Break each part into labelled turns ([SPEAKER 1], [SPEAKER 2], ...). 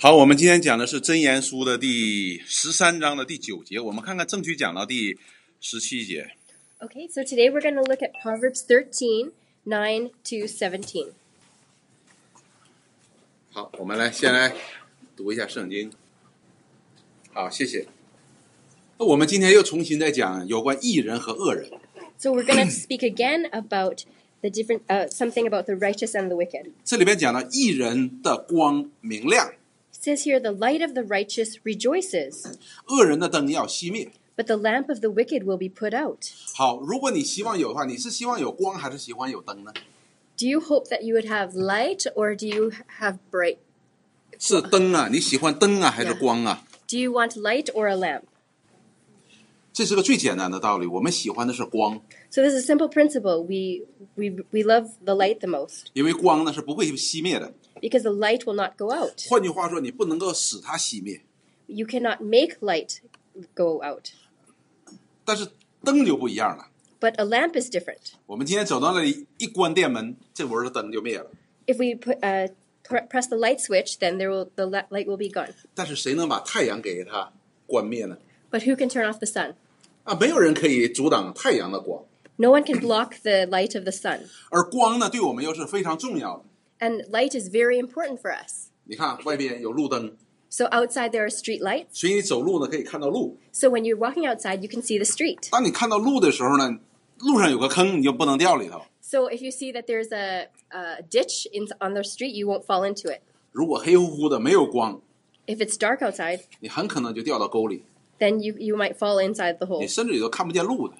[SPEAKER 1] 好，我们今天讲的是《真言书》的第十三章的第九节，我们看看正区讲到第十七节。
[SPEAKER 2] Okay, so today we're going to look at Proverbs 13 9 to 17.
[SPEAKER 1] 好，我们来先来读一下圣经。好，谢谢。那我们今天又重新再讲有关义人和恶人。
[SPEAKER 2] So we're going to speak again about the different, uh, something about the righteous and the wicked. It
[SPEAKER 1] 这里边讲到义人的光明亮，
[SPEAKER 2] says here, the light of the righteous rejoices,
[SPEAKER 1] 恶人的灯要熄灭。
[SPEAKER 2] but the lamp of the wicked will be put out.
[SPEAKER 1] 好，如果你希望有的话，你是希望有光还是喜欢有灯呢？
[SPEAKER 2] Do you hope that you would have light or do you have bright?
[SPEAKER 1] 是灯啊，你喜欢灯啊还是光啊？
[SPEAKER 2] Do you want light or a lamp?
[SPEAKER 1] 这是个最简单的道理，我们喜欢的是光，
[SPEAKER 2] So this is a simple principle. We, we, we love the light the most
[SPEAKER 1] 因为光呢是不会熄灭的。
[SPEAKER 2] because the light will not go out.
[SPEAKER 1] 换句话说，你不能够使它熄灭，
[SPEAKER 2] You cannot make light go out.
[SPEAKER 1] 但是灯就不一样了。
[SPEAKER 2] But a lamp is different.
[SPEAKER 1] 我们今天走到那里，一关店门，这会儿的灯就灭了。
[SPEAKER 2] If we put, uh, pr- press the light switch, then there will the la- light will be gone.
[SPEAKER 1] 但是谁能把太阳给它关灭呢？
[SPEAKER 2] But who can turn off the sun?
[SPEAKER 1] 啊，没有人可以阻挡太阳的光，
[SPEAKER 2] No one can block the light of the sun.
[SPEAKER 1] 而光呢，对我们又是非常重要的。
[SPEAKER 2] And light is very important for us.
[SPEAKER 1] 你看外边有路灯，
[SPEAKER 2] So outside there are street lights.
[SPEAKER 1] 所以你走路呢可以看到路。
[SPEAKER 2] So when you're walking outside, you can see the street.
[SPEAKER 1] 当你看到路的时候呢，路上有个坑，你就不能掉里头。
[SPEAKER 2] So if you see that there's a, a ditch in, on the street, you won't fall into it.
[SPEAKER 1] 如果黑乎乎的没有光，
[SPEAKER 2] If it's dark outside,
[SPEAKER 1] 你很可能就掉到沟里，
[SPEAKER 2] then you, you might fall inside the
[SPEAKER 1] 你
[SPEAKER 2] hole
[SPEAKER 1] 甚至也都看不见路的。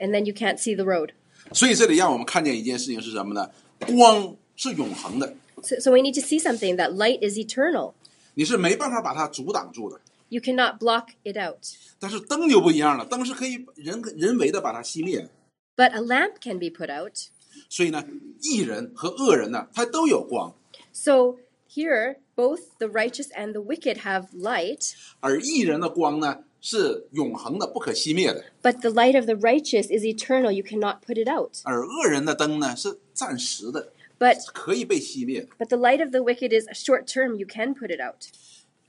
[SPEAKER 2] and then you can't see the road.
[SPEAKER 1] 所以这里让我们看见一件事情是什么呢？光是永恒的，
[SPEAKER 2] So, so we need to see something that light is eternal.
[SPEAKER 1] 你是没办法把它阻挡住的。
[SPEAKER 2] You cannot block it out.
[SPEAKER 1] 但是灯就不一样了，灯是可以人人为的把它熄灭的。
[SPEAKER 2] But a lamp can be put out.
[SPEAKER 1] 所以呢，义人和恶人呢，他都有光，
[SPEAKER 2] So here, both the righteous and the wicked have light,
[SPEAKER 1] 而义人的光呢是永恒的、不可熄灭的，
[SPEAKER 2] but the light of the righteous is eternal. You cannot put it out.
[SPEAKER 1] 而恶人的灯呢是暂时的，
[SPEAKER 2] But
[SPEAKER 1] 可以被熄灭的。
[SPEAKER 2] but the light of the wicked is short term. You can put it out.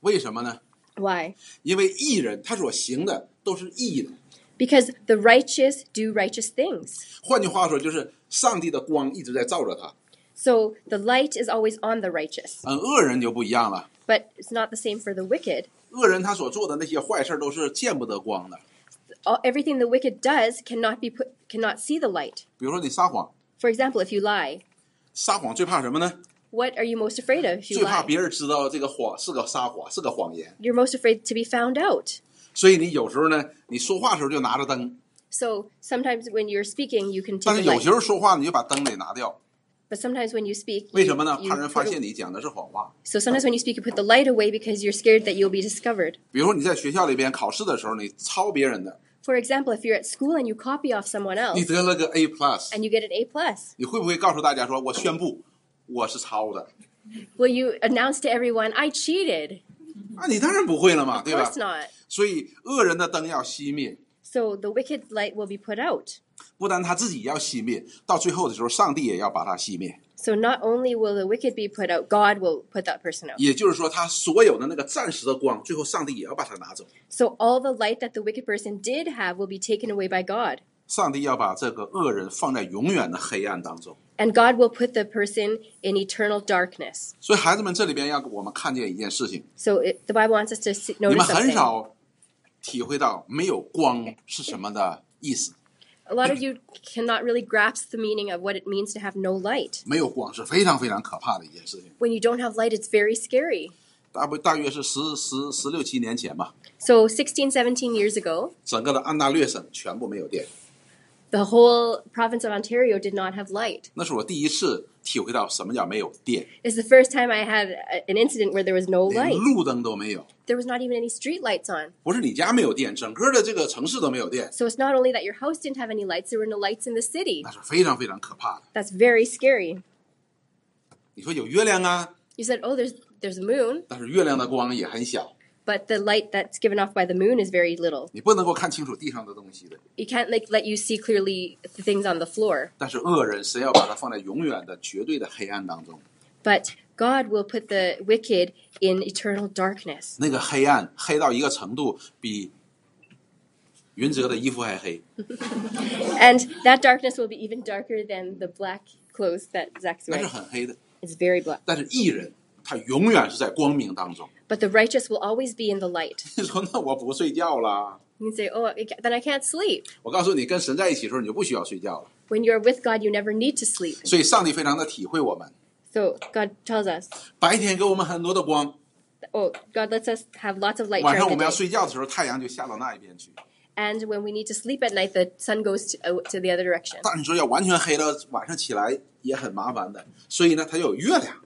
[SPEAKER 1] 为什么呢？
[SPEAKER 2] Why?
[SPEAKER 1] 因为义人他所行的都是义的。
[SPEAKER 2] Because the righteous do righteous things.
[SPEAKER 1] 换句话说，就是上帝的光一直在照着他。
[SPEAKER 2] So the light is always on the righteous.
[SPEAKER 1] 嗯，恶人就不一样了，
[SPEAKER 2] But it's not the same for the wicked.
[SPEAKER 1] 恶人他所做的那些坏事儿都是见不得光的。
[SPEAKER 2] All, everything the wicked does cannot be put cannot see the light.
[SPEAKER 1] 比如说你撒谎，
[SPEAKER 2] For example, if you lie,
[SPEAKER 1] 撒谎最怕什么呢？
[SPEAKER 2] what are you most afraid of? If
[SPEAKER 1] 最
[SPEAKER 2] you
[SPEAKER 1] 怕
[SPEAKER 2] lie,
[SPEAKER 1] 别人知道这个谎是个撒谎，是个谎言。
[SPEAKER 2] you're most afraid to be found out.
[SPEAKER 1] 所以你有时候呢，你说话的时候就拿着灯，
[SPEAKER 2] So sometimes when you're speaking, you can
[SPEAKER 1] 但是
[SPEAKER 2] take a
[SPEAKER 1] 有
[SPEAKER 2] light.
[SPEAKER 1] 时候说话你就把灯给拿掉。
[SPEAKER 2] But sometimes when you speak,
[SPEAKER 1] 为
[SPEAKER 2] you-
[SPEAKER 1] 什么呢？
[SPEAKER 2] you
[SPEAKER 1] 怕人
[SPEAKER 2] put
[SPEAKER 1] 发
[SPEAKER 2] a-
[SPEAKER 1] 现你讲的是谎话。
[SPEAKER 2] so sometimes when you speak, you put the light away because you're scared that you'll be discovered.
[SPEAKER 1] 比如说你在学校里边考试的时候，你抄别人的，
[SPEAKER 2] For example, if you're at school and you copy off someone
[SPEAKER 1] 你
[SPEAKER 2] else
[SPEAKER 1] 得了个 A plus，
[SPEAKER 2] and you get an A plus,
[SPEAKER 1] 你会不会告诉大家说，我宣布我是抄的？
[SPEAKER 2] 嗯 will you announce to everyone, "I cheated"?
[SPEAKER 1] 啊，你当然不会了嘛，
[SPEAKER 2] Of
[SPEAKER 1] 对吧
[SPEAKER 2] course？not.
[SPEAKER 1] 所以恶人的灯要熄灭，
[SPEAKER 2] So the wicked light will be put out.
[SPEAKER 1] 不单他自己要熄灭，到最后的时候，上帝也要把它熄灭。
[SPEAKER 2] So not only will the wicked be put out, God will put that person out.
[SPEAKER 1] 也就是说，他所有的那个暂时的光，最后上帝也要把它拿走。
[SPEAKER 2] So all the light that the wicked person did have will be taken away by God,
[SPEAKER 1] 上帝要把这个恶人放在永远的黑暗当中。
[SPEAKER 2] and God will put the person in eternal darkness.
[SPEAKER 1] 所以，孩子们，这里边要我们看见一件事情：
[SPEAKER 2] So it, the Bible wants us to see,
[SPEAKER 1] 你
[SPEAKER 2] notice
[SPEAKER 1] 们很
[SPEAKER 2] something.
[SPEAKER 1] 少体会到没有光是什么的意思。
[SPEAKER 2] A lot of you cannot really grasp the meaning of what it means to have no light.
[SPEAKER 1] 没有光是非常非常可怕的一件事情。
[SPEAKER 2] When you don't have light, it's very scary.
[SPEAKER 1] 大不大约是十十十六七年前吧，
[SPEAKER 2] So 16, 17 years ago,
[SPEAKER 1] 整个的安大略省全部没有电。
[SPEAKER 2] the whole province of Ontario did not have light.
[SPEAKER 1] 那是我第一次体会到什么叫没有电，
[SPEAKER 2] It's the first time I had a, an incident where there was no
[SPEAKER 1] 连
[SPEAKER 2] light.
[SPEAKER 1] 路灯都没有。
[SPEAKER 2] There was not even any street lights on.
[SPEAKER 1] 不是你家没有电，整个的这个城市都没有电，
[SPEAKER 2] So it's not only that your house didn't have any lights, there were no lights in the city.
[SPEAKER 1] 那是非常非常可怕的。
[SPEAKER 2] That's very scary.
[SPEAKER 1] 你说有月亮啊，
[SPEAKER 2] You said, "Oh, there's there's a moon,"
[SPEAKER 1] 但是月亮的光也很小，
[SPEAKER 2] but the light that's given off by the moon is very little.
[SPEAKER 1] 你不能够看清楚地上的东西的。
[SPEAKER 2] You can't like let you see clearly the things on the floor.
[SPEAKER 1] 但是恶人，谁要把它放在永远的、绝对的黑暗当中？
[SPEAKER 2] But God will put the wicked in eternal darkness.
[SPEAKER 1] 那个黑暗黑到一个程度，比云哲的衣服还黑。
[SPEAKER 2] And that darkness will be even darker than the black clothes that Zach's
[SPEAKER 1] 那是
[SPEAKER 2] wearing.
[SPEAKER 1] 很黑的。
[SPEAKER 2] It's very black.
[SPEAKER 1] 但是艺人他永远是在光明当中。
[SPEAKER 2] But the righteous will always be in the light.
[SPEAKER 1] 你说那我不睡觉啦？
[SPEAKER 2] You can say, oh, I ca- then I can't sleep.
[SPEAKER 1] 我告诉你，跟神在一起的时候，你就不需要睡觉了。
[SPEAKER 2] When you're with God, you never need to sleep.
[SPEAKER 1] 所以上帝非常的体会我们，
[SPEAKER 2] So God tells us,
[SPEAKER 1] 白天给我们很多的光，
[SPEAKER 2] oh, God lets us have lots of light
[SPEAKER 1] 晚上
[SPEAKER 2] during
[SPEAKER 1] 我们要
[SPEAKER 2] the day.
[SPEAKER 1] 睡觉的时候，太阳就下到那一边去。
[SPEAKER 2] And when we need to sleep at night, the sun goes to, out to the other direction.
[SPEAKER 1] 但是你说要完全黑了，晚上起来也很麻烦的。所以呢，它有月亮。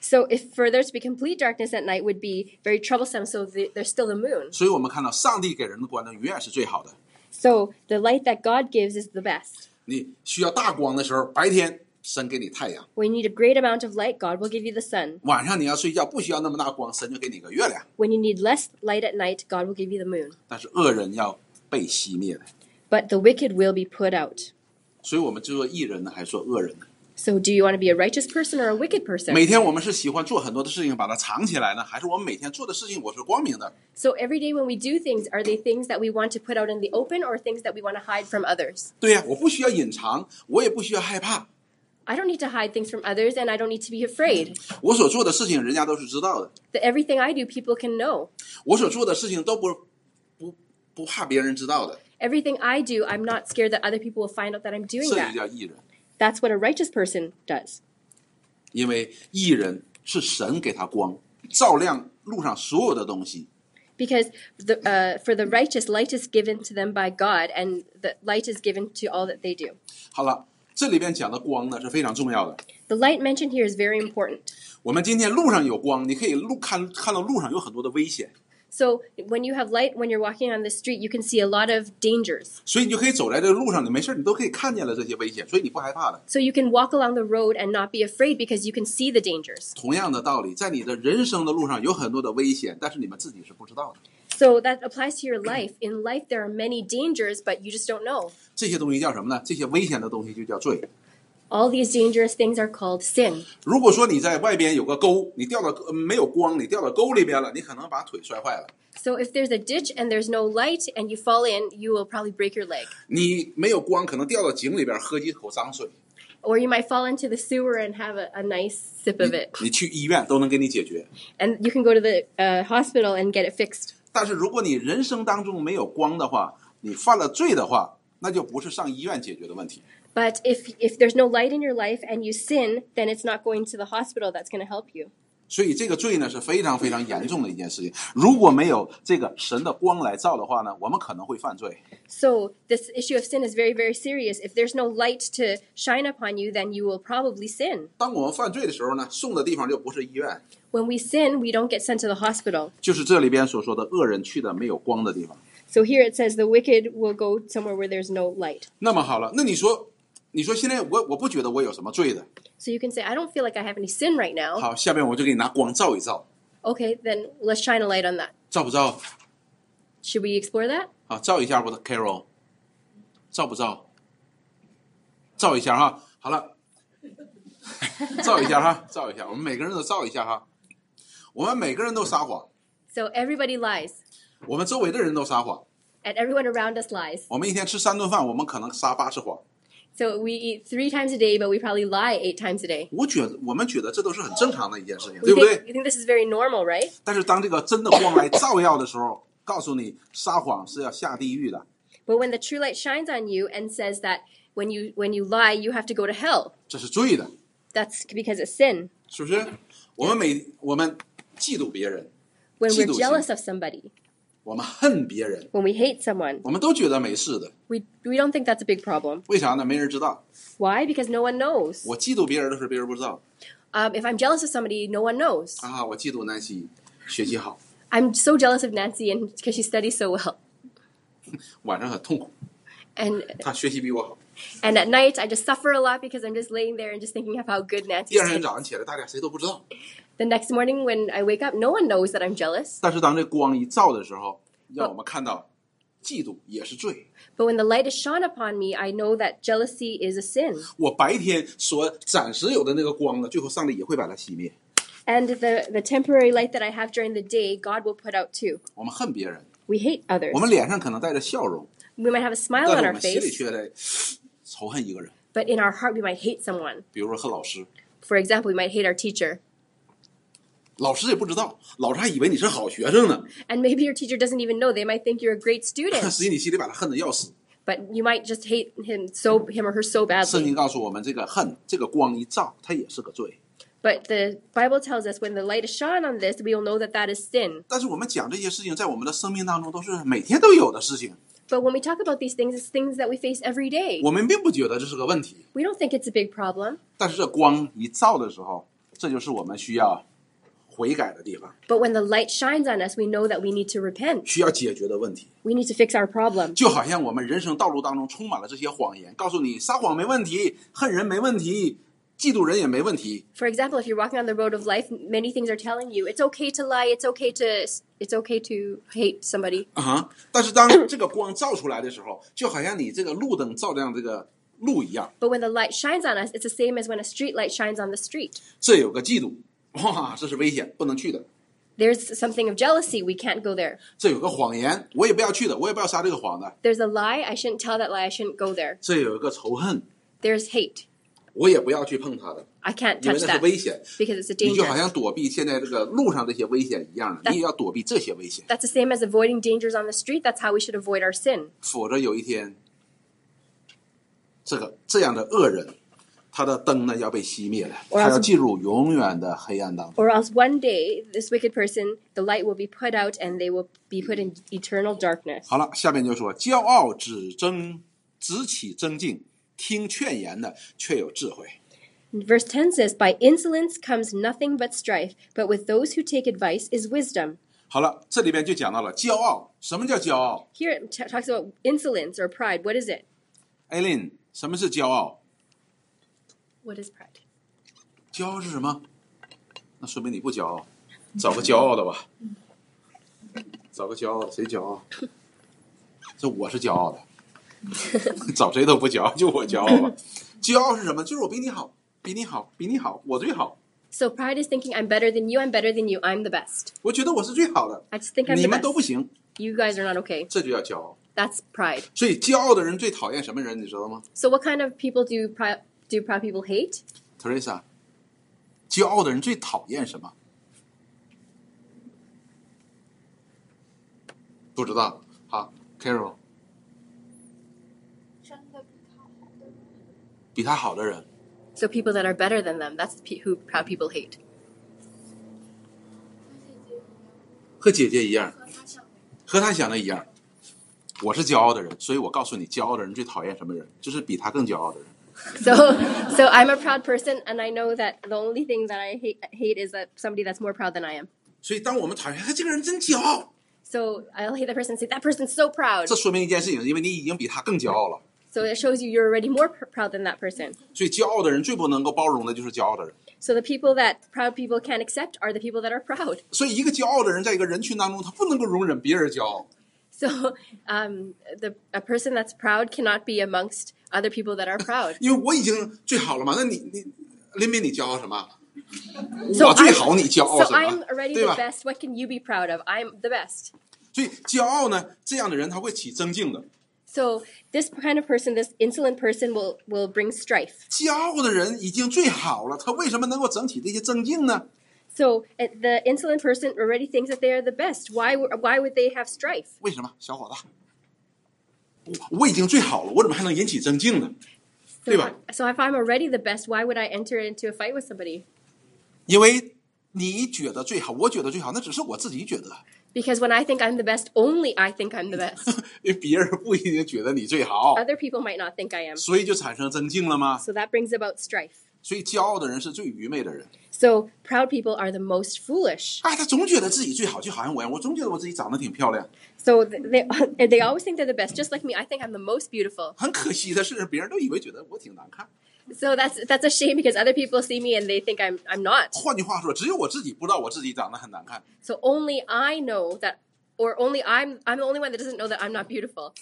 [SPEAKER 2] So if for there to be complete darkness at night would be very troublesome. So the, there's still the moon.
[SPEAKER 1] 所以我们看到上帝给人的光呢，永远是最好的。
[SPEAKER 2] So the light that God gives is the best.
[SPEAKER 1] 你需要大光的时候，白天神给你太阳；
[SPEAKER 2] When you need a great amount of light, God will give you the sun.
[SPEAKER 1] 晚上你要睡觉，不需要那么大光，神就给你个月亮。
[SPEAKER 2] When you need less light at night, God will give you the moon.
[SPEAKER 1] 但是恶人要被熄灭的。
[SPEAKER 2] But the wicked will be put out.
[SPEAKER 1] 所以我们就说艺人呢，还是说恶人呢？
[SPEAKER 2] So do you want to be a righteous person or a wicked person?
[SPEAKER 1] 每天我们是喜欢做很多的事情，把它藏起来呢，还是我们每天做的事情我是光明的？
[SPEAKER 2] So every day when we do things, are they things that we want to put out in the open or things that we want to hide from others?
[SPEAKER 1] 对呀、我不需要隐藏，我也不需要害怕，
[SPEAKER 2] I don't need to hide things from others and I don't need to be afraid.
[SPEAKER 1] 我所做的事情人家都是知道的，
[SPEAKER 2] That everything I do, people can know.
[SPEAKER 1] 我所做的事情都不不不怕别人知道的，
[SPEAKER 2] Everything I do, I'm not scared that other people will find out that I'm doing
[SPEAKER 1] 这就
[SPEAKER 2] that.
[SPEAKER 1] 叫艺人，
[SPEAKER 2] That's what a righteous person does.
[SPEAKER 1] 因为艺人是神给他光，照亮路上所有的东西。
[SPEAKER 2] Because the, uh, for the righteous, light is given to them by God, and the light is given to all that they do.
[SPEAKER 1] 好了，这里边讲的光呢是非常重要的。
[SPEAKER 2] The light mentioned here is very important.
[SPEAKER 1] 我们今天路上有光，你可以路看看到路上有很多的危险，
[SPEAKER 2] So when you have light, when you're walking on the street, you can see a lot of dangers.
[SPEAKER 1] 所以你就可以走在这个路上，你没事儿你都可以看见了这些危险，所以你不害怕的。
[SPEAKER 2] So you can walk along the road and not be afraid because you can see the dangers.
[SPEAKER 1] 同样的道理，在你的人生的路上有很多的危险，但是你们自己是不知道的。
[SPEAKER 2] So that applies to your life. In life, there are many dangers, but you just don't know.
[SPEAKER 1] 这些东西叫什么呢？这些危险的东西就叫罪。
[SPEAKER 2] All these dangerous things are called sin.
[SPEAKER 1] 如果说你在外边有个沟，你掉到呃没有光，你掉到沟里边了，你可能把腿摔坏了。
[SPEAKER 2] So if there's a ditch and there's no light and you fall in, you will probably break your leg.
[SPEAKER 1] 你没有光，可能掉到井里边喝几口脏水。
[SPEAKER 2] Or you might fall into the sewer and have a, a nice sip of it.
[SPEAKER 1] 你去医院都能给你解决。
[SPEAKER 2] And you can go to the uh, hospital and get it fixed.
[SPEAKER 1] 但是如果你人生当中没有光的话，你犯了罪的话，那就不是上医院解决的问题。
[SPEAKER 2] But if, if there's no light in your life and you sin, then it's not going to the hospital that's going to help you.
[SPEAKER 1] 所以这个罪呢是非常非常严重的一件事情。如果没有这个神的光来照的话呢，我们可能会犯罪。
[SPEAKER 2] So this issue of sin is very, very serious. If there's no light to shine upon you, then you will probably sin.
[SPEAKER 1] 当我们犯罪的时候呢，送的地方就不是医院，
[SPEAKER 2] When we sin, we don't get sent to the hospital.
[SPEAKER 1] 就是这里边所说的恶人去的没有光的地方。
[SPEAKER 2] So here it says the wicked will go somewhere where there's no light.
[SPEAKER 1] 那么好了，那你说，你说现在我我不觉得我有什么罪的。
[SPEAKER 2] So you can say, I don't feel like I have any sin right now.
[SPEAKER 1] 好，下面我就给你拿光照一照，
[SPEAKER 2] Okay, then let's shine a light on that.
[SPEAKER 1] 照不照？
[SPEAKER 2] Should we explore that?
[SPEAKER 1] 啊，照一下我的 Carol，照不照？照一下哈，好了， 照一下哈，照一下，我们每个人都照一下哈。我们每个人都撒谎，
[SPEAKER 2] So everybody lies,
[SPEAKER 1] 我们周围的人都撒谎。
[SPEAKER 2] and everyone around us lies.
[SPEAKER 1] 我们一天吃三顿饭，我们可能撒八次谎。
[SPEAKER 2] So we eat three times a day, but we probably lie eight times a day.
[SPEAKER 1] 我觉得我们觉得这都是很正常的一件事情，对
[SPEAKER 2] You
[SPEAKER 1] 不
[SPEAKER 2] think,
[SPEAKER 1] 对？
[SPEAKER 2] you think this is very normal, right?
[SPEAKER 1] 但是当这个真的光来照耀的时候，告诉你撒谎是要下地狱的，
[SPEAKER 2] But when the true light shines on you and says that when you when you lie, you have to go to hell.
[SPEAKER 1] 这是罪的，
[SPEAKER 2] That's because it's sin.
[SPEAKER 1] 是不是？我们每我们嫉妒别人，
[SPEAKER 2] When we're
[SPEAKER 1] 嫉妒心。
[SPEAKER 2] jealous of somebody,
[SPEAKER 1] 我们恨别人，
[SPEAKER 2] when we hate someone,
[SPEAKER 1] 我们都觉得没事的。
[SPEAKER 2] we we don't think that's a big problem.
[SPEAKER 1] 为啥呢？没人知道。
[SPEAKER 2] Why? Because no one knows.
[SPEAKER 1] 我嫉妒别人的时候，别人不知道
[SPEAKER 2] Um, if I'm jealous of somebody, no one knows.
[SPEAKER 1] 啊。我嫉妒南希学习好，
[SPEAKER 2] I'm so jealous of Nancy and because she studies so well,
[SPEAKER 1] 晚上很痛苦，
[SPEAKER 2] and
[SPEAKER 1] 她学习比我好。
[SPEAKER 2] and at night I just suffer a lot because I'm just laying there and just thinking of how good Nancy
[SPEAKER 1] 第二天
[SPEAKER 2] is.
[SPEAKER 1] 早上起来，大家谁都不知道。
[SPEAKER 2] The next morning when I wake up, no one knows that I'm jealous.
[SPEAKER 1] 但是当这光一照的时候，让我们看到，嫉妒也是罪。
[SPEAKER 2] But when the light is shone upon me, I know that jealousy is a sin.
[SPEAKER 1] 我白天所暂时有的那个光呢，最后上帝也会把它熄灭。
[SPEAKER 2] And the, the temporary light that I have during the day, God will put out too.
[SPEAKER 1] 我们恨别人，
[SPEAKER 2] We hate others.
[SPEAKER 1] 我们脸上可能带着笑容，
[SPEAKER 2] We might have a smile
[SPEAKER 1] 但
[SPEAKER 2] on
[SPEAKER 1] 是我
[SPEAKER 2] our
[SPEAKER 1] 们心里
[SPEAKER 2] face,
[SPEAKER 1] 却在仇恨一个人。
[SPEAKER 2] but in our heart, we might hate someone.
[SPEAKER 1] 比如说恨老师，
[SPEAKER 2] For example, we might hate our teacher.
[SPEAKER 1] 老师也不知道，老师还以为你是好学生呢，
[SPEAKER 2] And maybe your teacher doesn't even know. They might think you're a great
[SPEAKER 1] 但
[SPEAKER 2] student,
[SPEAKER 1] 实际你心里把他恨得要死。
[SPEAKER 2] but you might just hate him so him or her so
[SPEAKER 1] 圣
[SPEAKER 2] badly.
[SPEAKER 1] 经告诉我们，这个恨，这个光一照，它也是个罪。
[SPEAKER 2] But the Bible tells us when the light is shone on this, we will know that that is sin.
[SPEAKER 1] 但是我们讲这些事情，在我们的生命当中都是每天都有的事情，
[SPEAKER 2] But when we talk about these things, it's things that we face every day.
[SPEAKER 1] 我们并不觉得这是个问题。
[SPEAKER 2] We don't think it's a big problem.
[SPEAKER 1] 但是这光一照的时候，这就是我们需要悔改的地方，
[SPEAKER 2] But when the light shines on us, we know that we need to repent.
[SPEAKER 1] 需要解决的问题。
[SPEAKER 2] We need to fix our problem.
[SPEAKER 1] 就好像我们人生道路当中充满了这些谎言，告诉你撒谎没问题，恨人没问题，嫉妒人也没问题。
[SPEAKER 2] For example, if you're walking on the road of life, many things are telling you it's okay to lie, it's okay to it's okay to hate somebody.
[SPEAKER 1] 啊哈！但是当这个光照出来的时候，就好像你这个路灯照亮这个路一样，
[SPEAKER 2] But when the light shines on us, it's the same as when a street light shines on the street.
[SPEAKER 1] 这有个嫉妒，哇，这是危险，不能去的；
[SPEAKER 2] There's something of jealousy, we can't go there.
[SPEAKER 1] 这有个谎言，我也不要去的，我也不要撒这个谎的；
[SPEAKER 2] There's a lie, I shouldn't tell that lie, I shouldn't go there.
[SPEAKER 1] 这有一个仇恨，
[SPEAKER 2] There's hate.
[SPEAKER 1] 我也不要去碰它的，
[SPEAKER 2] I can't
[SPEAKER 1] 因为
[SPEAKER 2] touch
[SPEAKER 1] 那是
[SPEAKER 2] that
[SPEAKER 1] 危险。
[SPEAKER 2] because it's a
[SPEAKER 1] 你就好
[SPEAKER 2] danger.
[SPEAKER 1] 像躲避现在这个路上这些危险一样的，
[SPEAKER 2] 但
[SPEAKER 1] 你也要躲避这些危险，
[SPEAKER 2] That's the same as avoiding dangers on the street. That's how we should avoid our sin.
[SPEAKER 1] 否则有一天，这个这样的恶人，他的灯呢要被熄灭了，
[SPEAKER 2] 我
[SPEAKER 1] 他
[SPEAKER 2] 要
[SPEAKER 1] 要
[SPEAKER 2] 是
[SPEAKER 1] 进入永远的黑暗当中。
[SPEAKER 2] Or else one day, this wicked person, the light will be put out and they will be put in eternal darkness.
[SPEAKER 1] 好了，下面就说骄傲只争只起争竞，听劝言的却有智慧。
[SPEAKER 2] Verse 10 says, By insolence comes nothing but strife, but with those who take advice is wisdom.
[SPEAKER 1] 好了，这里边就讲到了骄傲，什么叫骄傲
[SPEAKER 2] Here it t- talks about insolence or pride. What is it?
[SPEAKER 1] ？Aileen，什么是骄傲？
[SPEAKER 2] What is pride?
[SPEAKER 1] 骄傲是什么？那说明你不骄傲，找个骄傲的吧，找个骄傲的，谁骄傲？这我是骄傲的，找谁都不骄傲，就我骄傲吧。骄傲是什么？就是我比你好，比你好，比你好，我最好，
[SPEAKER 2] So pride is thinking, I'm better than you, I'm better than you, I'm the best.
[SPEAKER 1] 我觉得我是最好的，
[SPEAKER 2] I just think I'm
[SPEAKER 1] 你
[SPEAKER 2] the
[SPEAKER 1] 们
[SPEAKER 2] best.
[SPEAKER 1] 都不行，
[SPEAKER 2] You guys are not okay.
[SPEAKER 1] 这就叫骄傲。
[SPEAKER 2] That's pride.
[SPEAKER 1] 所以骄傲的人最讨厌什么人，你知道吗
[SPEAKER 2] So what kind of people do pride, do proud people hate?
[SPEAKER 1] ，Teresa？骄傲的人最讨厌什么？不知道。好，Carol，
[SPEAKER 3] 真的比他
[SPEAKER 1] 比他好
[SPEAKER 3] 好的人，
[SPEAKER 1] 的人，
[SPEAKER 2] So people that are better than them, that's pe- who proud people hate.
[SPEAKER 3] 和姐姐
[SPEAKER 1] 和姐姐
[SPEAKER 3] 一
[SPEAKER 1] 一样，
[SPEAKER 3] 样，和他想的
[SPEAKER 1] 和他想的一样。我是骄傲的人，所以我告诉你，骄傲的人最讨厌什么人？就是比他更骄傲的人。
[SPEAKER 2] So so I'm a proud person and I know that the only thing that I hate, hate is that somebody that's more proud than I am.
[SPEAKER 1] 所以，当我们讨厌哎这个人真骄傲，
[SPEAKER 2] So I'll hate that person and say, that person's so proud.
[SPEAKER 1] 这说明一件事情，因为你已经比他更骄傲了。
[SPEAKER 2] So it shows you you're already more pr- proud than that person.
[SPEAKER 1] 所以，骄傲的人最不能够包容的就是骄傲的人。
[SPEAKER 2] So the people that proud people can't accept are the people that are proud.
[SPEAKER 1] 所以，一个骄傲的人在一个人群当中，他不能够容忍别人骄傲。
[SPEAKER 2] So um, the a person that's proud cannot be amongst other people that are proud.
[SPEAKER 1] 因为我已经最好了嘛，那你你林斌，你骄傲什么？
[SPEAKER 2] So
[SPEAKER 1] 我最
[SPEAKER 2] I'm-
[SPEAKER 1] 好，你骄傲
[SPEAKER 2] So
[SPEAKER 1] 什
[SPEAKER 2] I'm
[SPEAKER 1] 么？
[SPEAKER 2] already
[SPEAKER 1] 对
[SPEAKER 2] the
[SPEAKER 1] 吧？
[SPEAKER 2] best. What can you be proud of? I'm the best.
[SPEAKER 1] 所以骄傲呢，这样的人他会起争竞的。
[SPEAKER 2] So this kind of person, this insolent person, will will bring strife.
[SPEAKER 1] 骄傲的人已经最好了，他为什么能够整起这些争竞呢？
[SPEAKER 2] So uh, the insolent person already thinks that they are the best. Why w- why would they have strife?
[SPEAKER 1] 为什么，小伙子？我我已经最好了，我怎么还能引起争竞呢？
[SPEAKER 2] So,
[SPEAKER 1] 对吧？
[SPEAKER 2] so if I'm already the best, why would I enter into a fight with somebody?
[SPEAKER 1] 因为你觉得最好，我觉得最好，那只是我自己觉得，
[SPEAKER 2] Because when I think I'm the best, only I think I'm the best.
[SPEAKER 1] 因为别人不一定觉得你最好，
[SPEAKER 2] Other people might not think I am.
[SPEAKER 1] 所以就产生争竞了吗？
[SPEAKER 2] So that brings about strife.
[SPEAKER 1] 所以骄傲的人是最愚昧的人。
[SPEAKER 2] So proud people are the most foolish.
[SPEAKER 1] 哎，他总觉得自己最好，就好像我一样，我总觉得我自己长得挺漂亮。
[SPEAKER 2] So th- they they always think they're the best. Just like me, I think I'm the most beautiful.
[SPEAKER 1] 很可惜的是，别人都以为觉得我挺难看。
[SPEAKER 2] So that's that's a shame because other people see me and they think I'm I'm not.
[SPEAKER 1] 换句话说，只有我自己不知道我自己长得很难看。
[SPEAKER 2] So only I know that, or only I'm I'm the only one that doesn't know that I'm not beautiful.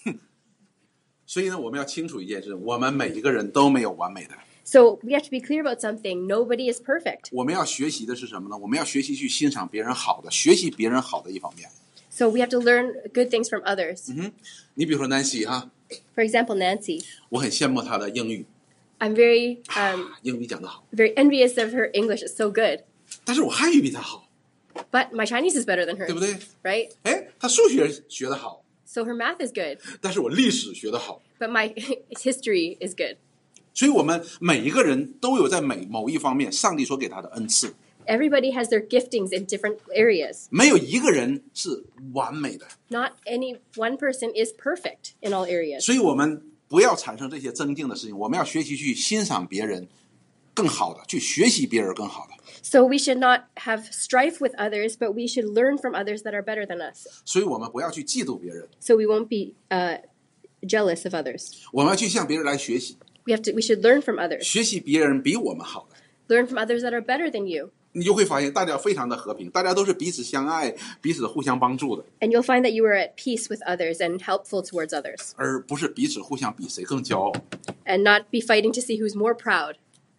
[SPEAKER 1] 所以呢，我们要清楚一件事：我们每一个人都没有完美的，
[SPEAKER 2] So we have to be clear about something. Nobody is perfect.
[SPEAKER 1] 我们要学习的是什么呢？我们要学习去欣赏别人好的，学习别人好的一方面。
[SPEAKER 2] So we have to learn good things from others.
[SPEAKER 1] 你比如说南希哈，
[SPEAKER 2] For example, Nancy.
[SPEAKER 1] 我很羡慕她的英语，
[SPEAKER 2] I'm very, um,
[SPEAKER 1] 英语讲得好，
[SPEAKER 2] very envious of her English. It's so good.
[SPEAKER 1] 但是我汉语比她好，
[SPEAKER 2] But my Chinese is better than
[SPEAKER 1] 对不
[SPEAKER 2] hers,
[SPEAKER 1] 对？
[SPEAKER 2] right?
[SPEAKER 1] 哎，她数学学得好，
[SPEAKER 2] So her math is good,
[SPEAKER 1] 但是我历史学得好。
[SPEAKER 2] but my history is good.
[SPEAKER 1] 所以，我们每一个人都有在每某一方面上帝所给他的恩赐，
[SPEAKER 2] Everybody has their giftings in different areas.
[SPEAKER 1] 没有一个人是完美的。
[SPEAKER 2] Not any one person is perfect in all areas.
[SPEAKER 1] 所以，我们不要产生这些争竞的事情，我们要学习去欣赏别人更好的，去学习别人更好的。
[SPEAKER 2] So we should not have strife with others, but we should learn from others that are better than us.
[SPEAKER 1] 所以，我们不要去嫉妒别人，
[SPEAKER 2] So we won't be uh, jealous of others.
[SPEAKER 1] 我们要去向别人来学习，
[SPEAKER 2] We have to. We should learn from others.
[SPEAKER 1] 学习别人比我们好的。
[SPEAKER 2] Learn from others that are better than you,
[SPEAKER 1] 你就会发现，大家非常的和平，大家都是彼此相爱、彼此互相帮助的，
[SPEAKER 2] and you'll find that you are at peace with others and helpful towards others,
[SPEAKER 1] 而不是彼此互相比谁更骄傲。
[SPEAKER 2] and not be fighting to see who's more proud.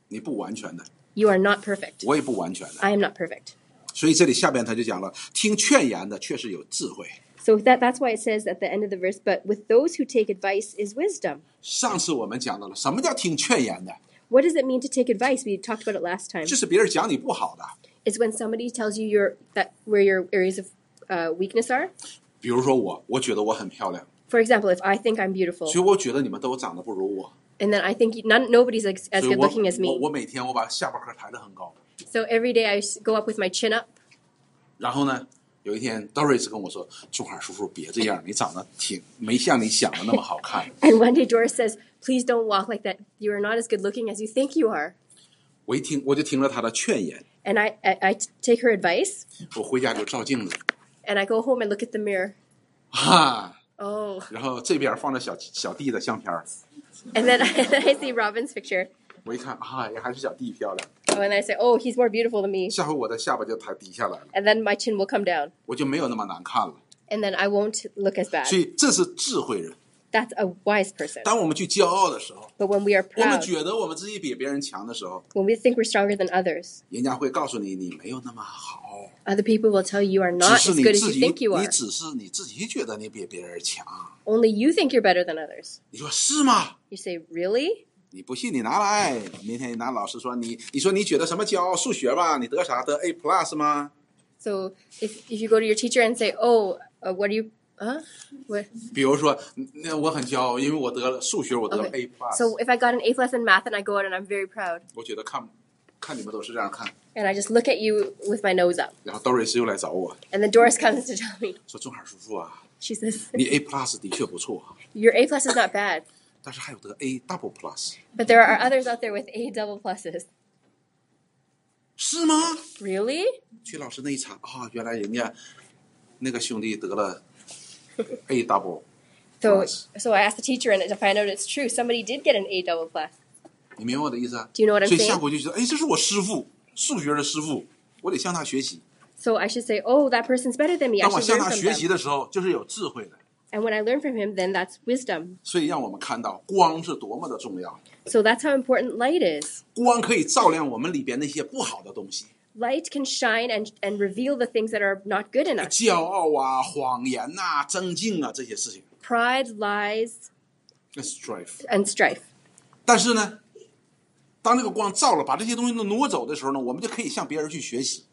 [SPEAKER 1] 你不完全的，
[SPEAKER 2] You are not perfect.
[SPEAKER 1] 我也不完全的，
[SPEAKER 2] I am not perfect.
[SPEAKER 1] 所以这里下边他就讲了，听劝言的确实有智慧。
[SPEAKER 2] So that that's why it says at the end of the verse, but with those who take advice is wisdom.
[SPEAKER 1] 上次我们讲到了什么叫听劝言的，
[SPEAKER 2] What does it mean to take advice? We talked about it last time.
[SPEAKER 1] 就是别人讲你不好的，
[SPEAKER 2] It's when somebody tells you your that where your areas of uh, weakness are.
[SPEAKER 1] 比如说我，我觉得我很漂亮，
[SPEAKER 2] For example, if I think I'm beautiful,
[SPEAKER 1] 所以我觉得你们都长得不如我，
[SPEAKER 2] and then I think you, none, nobody's as, as
[SPEAKER 1] 所以
[SPEAKER 2] good
[SPEAKER 1] 我
[SPEAKER 2] looking as
[SPEAKER 1] 我
[SPEAKER 2] me.
[SPEAKER 1] 我每天我把下巴颏抬得很高，
[SPEAKER 2] So every day I s- go up with my chin up,
[SPEAKER 1] 然后呢，有一天 Doris 跟我说，珠海叔叔别这样，你长得挺没像你想的那么好看。
[SPEAKER 2] and one day Doris says, "Please don't walk like that. You are not as good looking as you think you are."
[SPEAKER 1] 我一听我就听了他的劝言，
[SPEAKER 2] And I, I, I t- take her advice,
[SPEAKER 1] 我回家就照镜子，
[SPEAKER 2] and I go home and look at the mirror.
[SPEAKER 1] 哈、
[SPEAKER 2] Oh,
[SPEAKER 1] 然后这边放着小小弟的相片儿，
[SPEAKER 2] and then I, then I see Robin's picture,
[SPEAKER 1] 我一看啊，也还是小弟漂亮。
[SPEAKER 2] oh, and I say, "Oh, he's more beautiful than me."
[SPEAKER 1] 下回我的下巴就抬低下来了，
[SPEAKER 2] And then my chin will come down,
[SPEAKER 1] 我就没有那么难看了。
[SPEAKER 2] and then I won't look as bad.
[SPEAKER 1] 所以这是智慧人。
[SPEAKER 2] That's a wise person.
[SPEAKER 1] 当我们去骄傲的时候，
[SPEAKER 2] But when we are
[SPEAKER 1] 我们
[SPEAKER 2] proud,
[SPEAKER 1] 觉得我们自己比别人强的时候，
[SPEAKER 2] when we think we're stronger than others,
[SPEAKER 1] 人家会告诉你你没有那么好，
[SPEAKER 2] other people will tell you you are
[SPEAKER 1] 只
[SPEAKER 2] not
[SPEAKER 1] 是
[SPEAKER 2] as
[SPEAKER 1] 你
[SPEAKER 2] good as
[SPEAKER 1] 自
[SPEAKER 2] you
[SPEAKER 1] 己，
[SPEAKER 2] think you
[SPEAKER 1] 你
[SPEAKER 2] are.
[SPEAKER 1] 只是你自己觉得你比别人强。
[SPEAKER 2] Only you think you're better than others.
[SPEAKER 1] 你说是吗？
[SPEAKER 2] You say, Really?
[SPEAKER 1] 你不信你拿来，明天你拿老师说你，你说你觉得什么骄傲？数学吧，你得啥？得 A plus 吗？
[SPEAKER 2] So if, if you go to your teacher and say, Oh, uh, what do you, huh? What?
[SPEAKER 1] 比如说，那我很骄傲，因为我得了数学，我得了 A
[SPEAKER 2] Okay.
[SPEAKER 1] plus。
[SPEAKER 2] So if I got an A plus in math and I go out and I'm very proud,
[SPEAKER 1] 我觉得看，看你们都是这样看。
[SPEAKER 2] and I just look at you with my nose up,
[SPEAKER 1] 然后 Doris 又来找我
[SPEAKER 2] and then Doris comes to tell me,
[SPEAKER 1] 说：“中海叔叔啊，
[SPEAKER 2] She says,
[SPEAKER 1] 你 A plus 的确不错，啊
[SPEAKER 2] Your A plus is not bad,
[SPEAKER 1] 但是还有得 A double plus，
[SPEAKER 2] but there are others out there with A double pluses.
[SPEAKER 1] 是吗
[SPEAKER 2] Really?？”
[SPEAKER 1] 去老师那一查啊、原来人家那个兄弟得了 A double，
[SPEAKER 2] So,
[SPEAKER 1] Plus.
[SPEAKER 2] so I asked the teacher, and to find out it's true, somebody did get an A double plus.
[SPEAKER 1] 你明白我的意思啊？
[SPEAKER 2] Do you know what I'm
[SPEAKER 1] 所以
[SPEAKER 2] saying?
[SPEAKER 1] 下回就觉得，哎，这是我师傅，数学的师傅，我得向他学习。
[SPEAKER 2] So I should say, "Oh, that person's better than me."
[SPEAKER 1] 当
[SPEAKER 2] I
[SPEAKER 1] 我
[SPEAKER 2] should
[SPEAKER 1] 向
[SPEAKER 2] learn
[SPEAKER 1] 他
[SPEAKER 2] from
[SPEAKER 1] 学习
[SPEAKER 2] them.
[SPEAKER 1] 的时候，就是有智慧的。
[SPEAKER 2] And when I learn from him, then that's wisdom.
[SPEAKER 1] 所以让我们看到光是多么的重要，
[SPEAKER 2] So that's how important light is.
[SPEAKER 1] 光可以照亮我们里边那些不好的东西，
[SPEAKER 2] Light can shine and and reveal the things that are not good in us:
[SPEAKER 1] 骄傲啊、谎言呐、争竞啊这些事情。
[SPEAKER 2] pride, lies,
[SPEAKER 1] strife。
[SPEAKER 2] and strife.
[SPEAKER 1] 但是呢，当这个光照了，把这些东西都挪走的时候呢，我们就可以向别人去学习，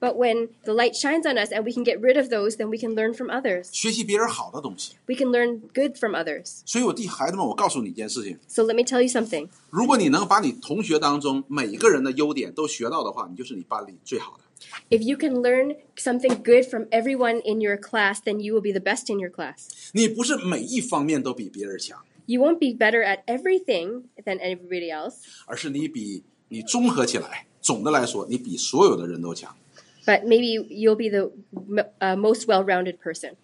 [SPEAKER 2] But when the light shines on us and we can get rid of those, then we can learn from others.
[SPEAKER 1] 学习别人好的东西。
[SPEAKER 2] We can learn good from others.
[SPEAKER 1] 所以，我弟孩子们，我告诉你一件事情：
[SPEAKER 2] So let me tell you something.
[SPEAKER 1] 如果你能把你同学当中每一个人的优点都学到的话，你就是你班里最好的。
[SPEAKER 2] If you can learn something good from everyone in your class, then you will be the best in your class.
[SPEAKER 1] 你不是每一方面都比别人强，
[SPEAKER 2] You won't be better at everything than everybody else,
[SPEAKER 1] 而是你比你综合起来，总的来说，你比所有的人都强。
[SPEAKER 2] but maybe you'll be the m- uh, most well rounded person.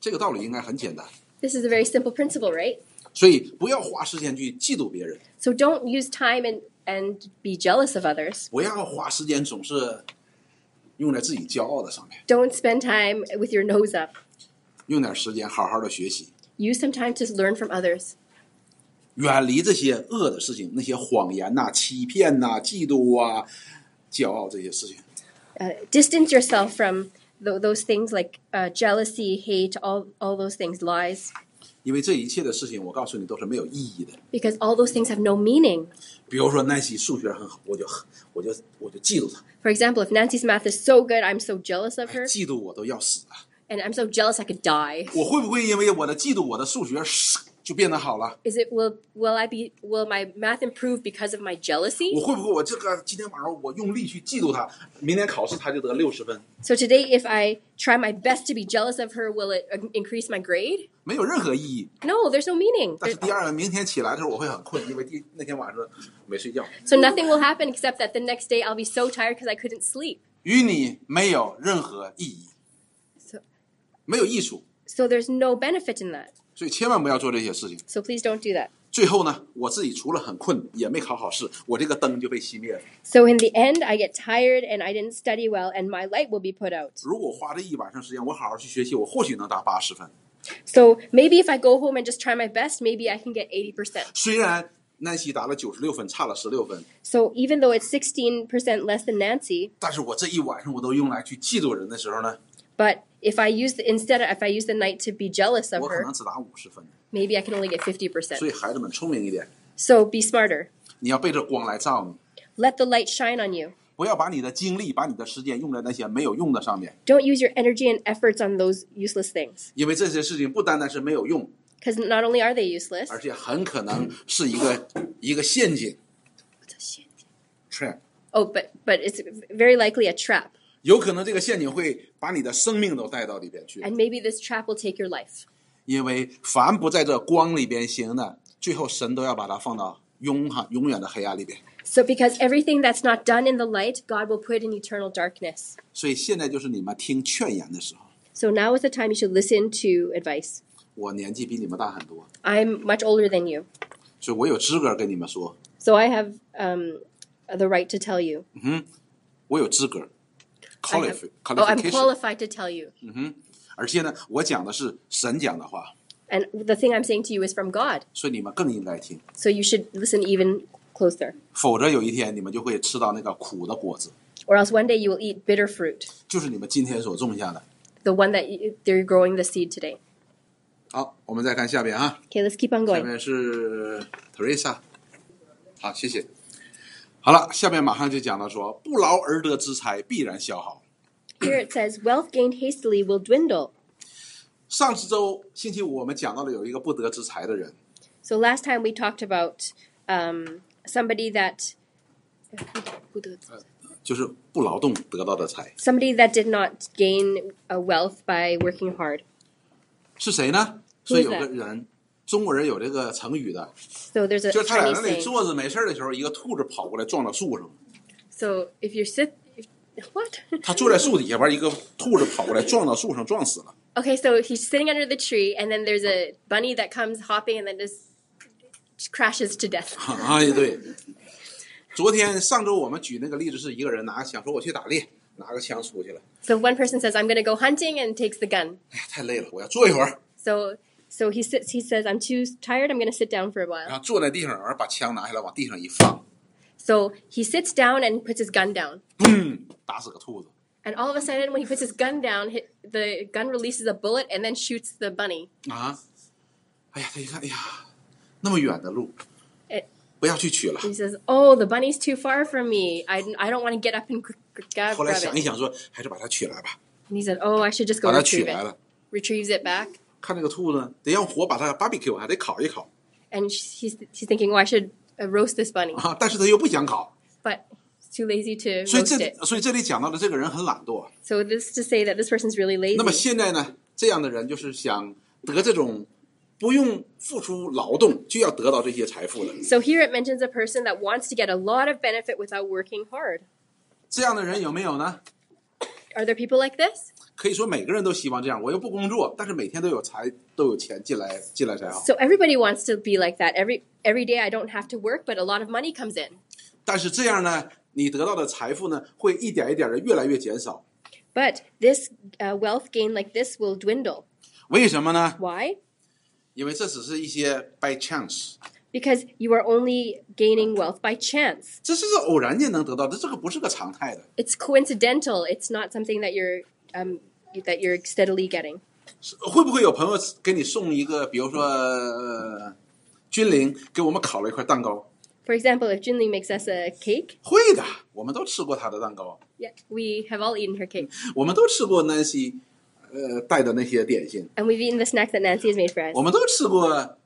[SPEAKER 1] 这个道理应该很简单，
[SPEAKER 2] This is a very simple principle, right?
[SPEAKER 1] 所以不要花时间去嫉妒别人，
[SPEAKER 2] So don't use time and, and be jealous of others.
[SPEAKER 1] 不要花时间总是用在自己骄傲的上面。
[SPEAKER 2] Don't spend time with your nose up.
[SPEAKER 1] 用点时间好好的学习，
[SPEAKER 2] Use some time to learn from others.
[SPEAKER 1] 远离这些恶的事情，那些谎言呐、欺骗呐、嫉妒啊、骄傲这些事情。
[SPEAKER 2] Uh, distance yourself from th- those things like uh, jealousy, hate, all, all those things, lies,
[SPEAKER 1] 因为这一切的事情，我告诉你都是没有意义的。
[SPEAKER 2] because all those things have no meaning.
[SPEAKER 1] 比如说，Nancy 数学很好，我就我就我就嫉妒她，
[SPEAKER 2] For example, if Nancy's math is so good, I'm so jealous of
[SPEAKER 1] 哎
[SPEAKER 2] her,
[SPEAKER 1] 嫉妒我都要死啊！
[SPEAKER 2] and I'm so jealous I could die.
[SPEAKER 1] 我会不会因为我的嫉妒，我的数学就变得好了？
[SPEAKER 2] Is it will will I be will my math improve because of my
[SPEAKER 1] 我
[SPEAKER 2] jealousy?
[SPEAKER 1] 会不会我这个今天晚上我用力去嫉妒他，明天考试他就得六十分？
[SPEAKER 2] So today, if I try my best to be jealous of her, will it uh, increase my grade?
[SPEAKER 1] 没有任何意义。
[SPEAKER 2] No, there's no meaning.
[SPEAKER 1] 但是
[SPEAKER 2] There-
[SPEAKER 1] 第二，明天起来的时候我会很困，因为第那天晚上没睡觉，
[SPEAKER 2] So nothing will happen except that the next day I'll be so tired because I couldn't sleep.
[SPEAKER 1] 与你没有任何意义，
[SPEAKER 2] So,
[SPEAKER 1] 没有艺术，
[SPEAKER 2] so there's no benefit in that.
[SPEAKER 1] 所以千万不要做这些事情。
[SPEAKER 2] So please don't do that.
[SPEAKER 1] 最后呢，我自己除了很困，也没考好试，我这个灯就被熄灭了。
[SPEAKER 2] So in the end, I get tired and I didn't study well, and my light will be put out.
[SPEAKER 1] 如果花这一晚上时间，我好好去学习，我或许能达八十分。
[SPEAKER 2] So maybe if I go home and just try my best, maybe I can get 80%.
[SPEAKER 1] 虽然南希达了九十六分，差了十六分，
[SPEAKER 2] So even though it's 16% less than Nancy,
[SPEAKER 1] 但是我这一晚上我都用来去嫉妒人的时候呢，
[SPEAKER 2] but if I use the, instead of, if I use the night to be jealous of
[SPEAKER 1] 我可
[SPEAKER 2] her,
[SPEAKER 1] 能只打五十分。
[SPEAKER 2] maybe I can only get
[SPEAKER 1] 所
[SPEAKER 2] 50%.
[SPEAKER 1] 以孩子们聪明一点，
[SPEAKER 2] So be smarter.
[SPEAKER 1] 你要被这光来照你，
[SPEAKER 2] Let the light shine on you.
[SPEAKER 1] 不要把你的精力、把你的时间用在那些没有用的上面，
[SPEAKER 2] Don't use your energy and efforts on those useless things
[SPEAKER 1] 因为这些事情不单单是没有用，
[SPEAKER 2] because not only are they useless,
[SPEAKER 1] 而且很可能是一个一个陷阱 trap，
[SPEAKER 2] oh, but but it's very likely a trap,
[SPEAKER 1] 有可能这个陷阱会把你的生命都带到里边去，
[SPEAKER 2] and maybe this trap will take your life
[SPEAKER 1] 因为凡不在这光里边行的，最后神都要把它放到永哈永远的黑暗里边。
[SPEAKER 2] So, because everything that's not done in the light, God will put in eternal darkness.
[SPEAKER 1] 所以现在就是你们听劝言的时候。
[SPEAKER 2] So, now is the time you should listen to advice.
[SPEAKER 1] 我年纪比你们大很多，
[SPEAKER 2] I'm much older than you,
[SPEAKER 1] 所以我有资格跟你们说，
[SPEAKER 2] so I have um, the right to tell you.
[SPEAKER 1] 我有资格
[SPEAKER 2] I
[SPEAKER 1] qualif
[SPEAKER 2] have- oh, I'm
[SPEAKER 1] qualification。
[SPEAKER 2] qualified to tell you.
[SPEAKER 1] 而且呢，我讲的是神讲的话，
[SPEAKER 2] And the thing I'm saying to you is from God,
[SPEAKER 1] 所以你们更应该听，
[SPEAKER 2] so you should listen even closer.
[SPEAKER 1] 否则有一天你们就会吃到那个苦的果子，
[SPEAKER 2] Or else one day you will eat bitter fruit,
[SPEAKER 1] 就是你们今天所种下的。
[SPEAKER 2] the one that you, they're growing the seed today.
[SPEAKER 1] 好，我们再看下边啊。
[SPEAKER 2] Okay, let's keep on
[SPEAKER 1] 下
[SPEAKER 2] going.
[SPEAKER 1] 面是 Teresa，好，谢谢。好了，下面马上就讲到说，不劳而得之财必然消耗。
[SPEAKER 2] Here it says, Wealth gained hastily will dwindle.
[SPEAKER 1] 上周星期五我们讲到了有一个不得之财的人，
[SPEAKER 2] So last time we talked about um, somebody that
[SPEAKER 1] 就是不劳动得到的财
[SPEAKER 2] somebody that did not gain a wealth by working hard.
[SPEAKER 1] 是谁呢？
[SPEAKER 2] Who
[SPEAKER 1] 是
[SPEAKER 2] is
[SPEAKER 1] 有
[SPEAKER 2] that？
[SPEAKER 1] 个人，中国人有这个成语的，
[SPEAKER 2] So there's a
[SPEAKER 1] 就是他俩
[SPEAKER 2] Chinese
[SPEAKER 1] 在那里
[SPEAKER 2] saying.
[SPEAKER 1] 坐着没事儿的时候，一个兔子跑过来撞到树上了，
[SPEAKER 2] So if you sit, if, what?
[SPEAKER 1] 他坐在树底下玩，一个兔子跑过来撞到树上，撞死了。
[SPEAKER 2] okay, so he's sitting under the tree, and then there's a bunny that comes hopping, and then just crashes to death.
[SPEAKER 1] 哎，对，昨天上周我们举那个例子是一个人拿想说我去打猎，拿个枪出去了，
[SPEAKER 2] So one person says, "I'm going to go hunting," and takes the gun.
[SPEAKER 1] 哎呀，太累了，我要坐一会儿，
[SPEAKER 2] So so he sits. He says, "I'm too tired. I'm going to sit down for a
[SPEAKER 1] 然
[SPEAKER 2] while."
[SPEAKER 1] 后坐在地上，然后把枪拿下来往地上一放，
[SPEAKER 2] So he sits down and puts his gun down.
[SPEAKER 1] 嘣，打死个兔子。
[SPEAKER 2] And all of a sudden, when he puts his gun down, hit, the gun releases a bullet and then shoots the bunny.
[SPEAKER 1] 啊！哎呀，他一看，哎呀，那么远的路
[SPEAKER 2] 哎，
[SPEAKER 1] 不要去取了。
[SPEAKER 2] He says, "Oh, the bunny's too far from me. I, I don't want to get up and gr- gr- grab,
[SPEAKER 1] 后来
[SPEAKER 2] grab
[SPEAKER 1] 想一
[SPEAKER 2] it."
[SPEAKER 1] 想说，还是把它取来吧，
[SPEAKER 2] And he said, "Oh, I should just go
[SPEAKER 1] 把它取
[SPEAKER 2] retrieve
[SPEAKER 1] 来
[SPEAKER 2] it."
[SPEAKER 1] 了。
[SPEAKER 2] Retrieves it back,
[SPEAKER 1] 看这个兔子，得让火把它 barbecue 还得烤一烤
[SPEAKER 2] and sh- he's he's thinking, "Oh, I should uh, roast this bunny,"
[SPEAKER 1] 啊，但是他又不想烤，
[SPEAKER 2] but he's too lazy to
[SPEAKER 1] 所以
[SPEAKER 2] roast
[SPEAKER 1] 这
[SPEAKER 2] it.
[SPEAKER 1] 所以这里讲到的这个人很懒惰。
[SPEAKER 2] So this is to say that this person's really
[SPEAKER 1] 那么
[SPEAKER 2] lazy.
[SPEAKER 1] 现在呢，这样的人就是想得这种不用付出劳动就要得到这些财富的，
[SPEAKER 2] So here it mentions a person that wants to get a lot of benefit without working hard.
[SPEAKER 1] 这样的人有没有呢？
[SPEAKER 2] Are there people like this?
[SPEAKER 1] 可以说每个人都希望这样，我又不工作，但是每天都有财都有钱进来进来啊才好。
[SPEAKER 2] So everybody wants to be like that. Every every day I don't have to work, but a lot of money comes in.
[SPEAKER 1] 但是这样呢，你得到的财富呢，会一点一点的越来越减少。
[SPEAKER 2] But this uh, wealth gain like this will dwindle.
[SPEAKER 1] 为什么呢？
[SPEAKER 2] Why?
[SPEAKER 1] 因为这只是一些 by chance，
[SPEAKER 2] because you are only gaining wealth by chance.
[SPEAKER 1] 这是是偶然间能得到的，这个不是个常态的。
[SPEAKER 2] It's coincidental. It's not something that you're um, that you're steadily getting.
[SPEAKER 1] 是会不会有朋友给你送一个，比如说、呃、君临给我们烤了一块蛋糕？
[SPEAKER 2] For example, if Junling makes us a cake,
[SPEAKER 1] 会的，我们都吃过他的蛋糕，
[SPEAKER 2] yeah, we have all eaten her cake
[SPEAKER 1] 我们都吃过 Nancy 呃带的那些点心，
[SPEAKER 2] and we've eaten the snack that Nancy has made for us,
[SPEAKER 1] 我们都吃过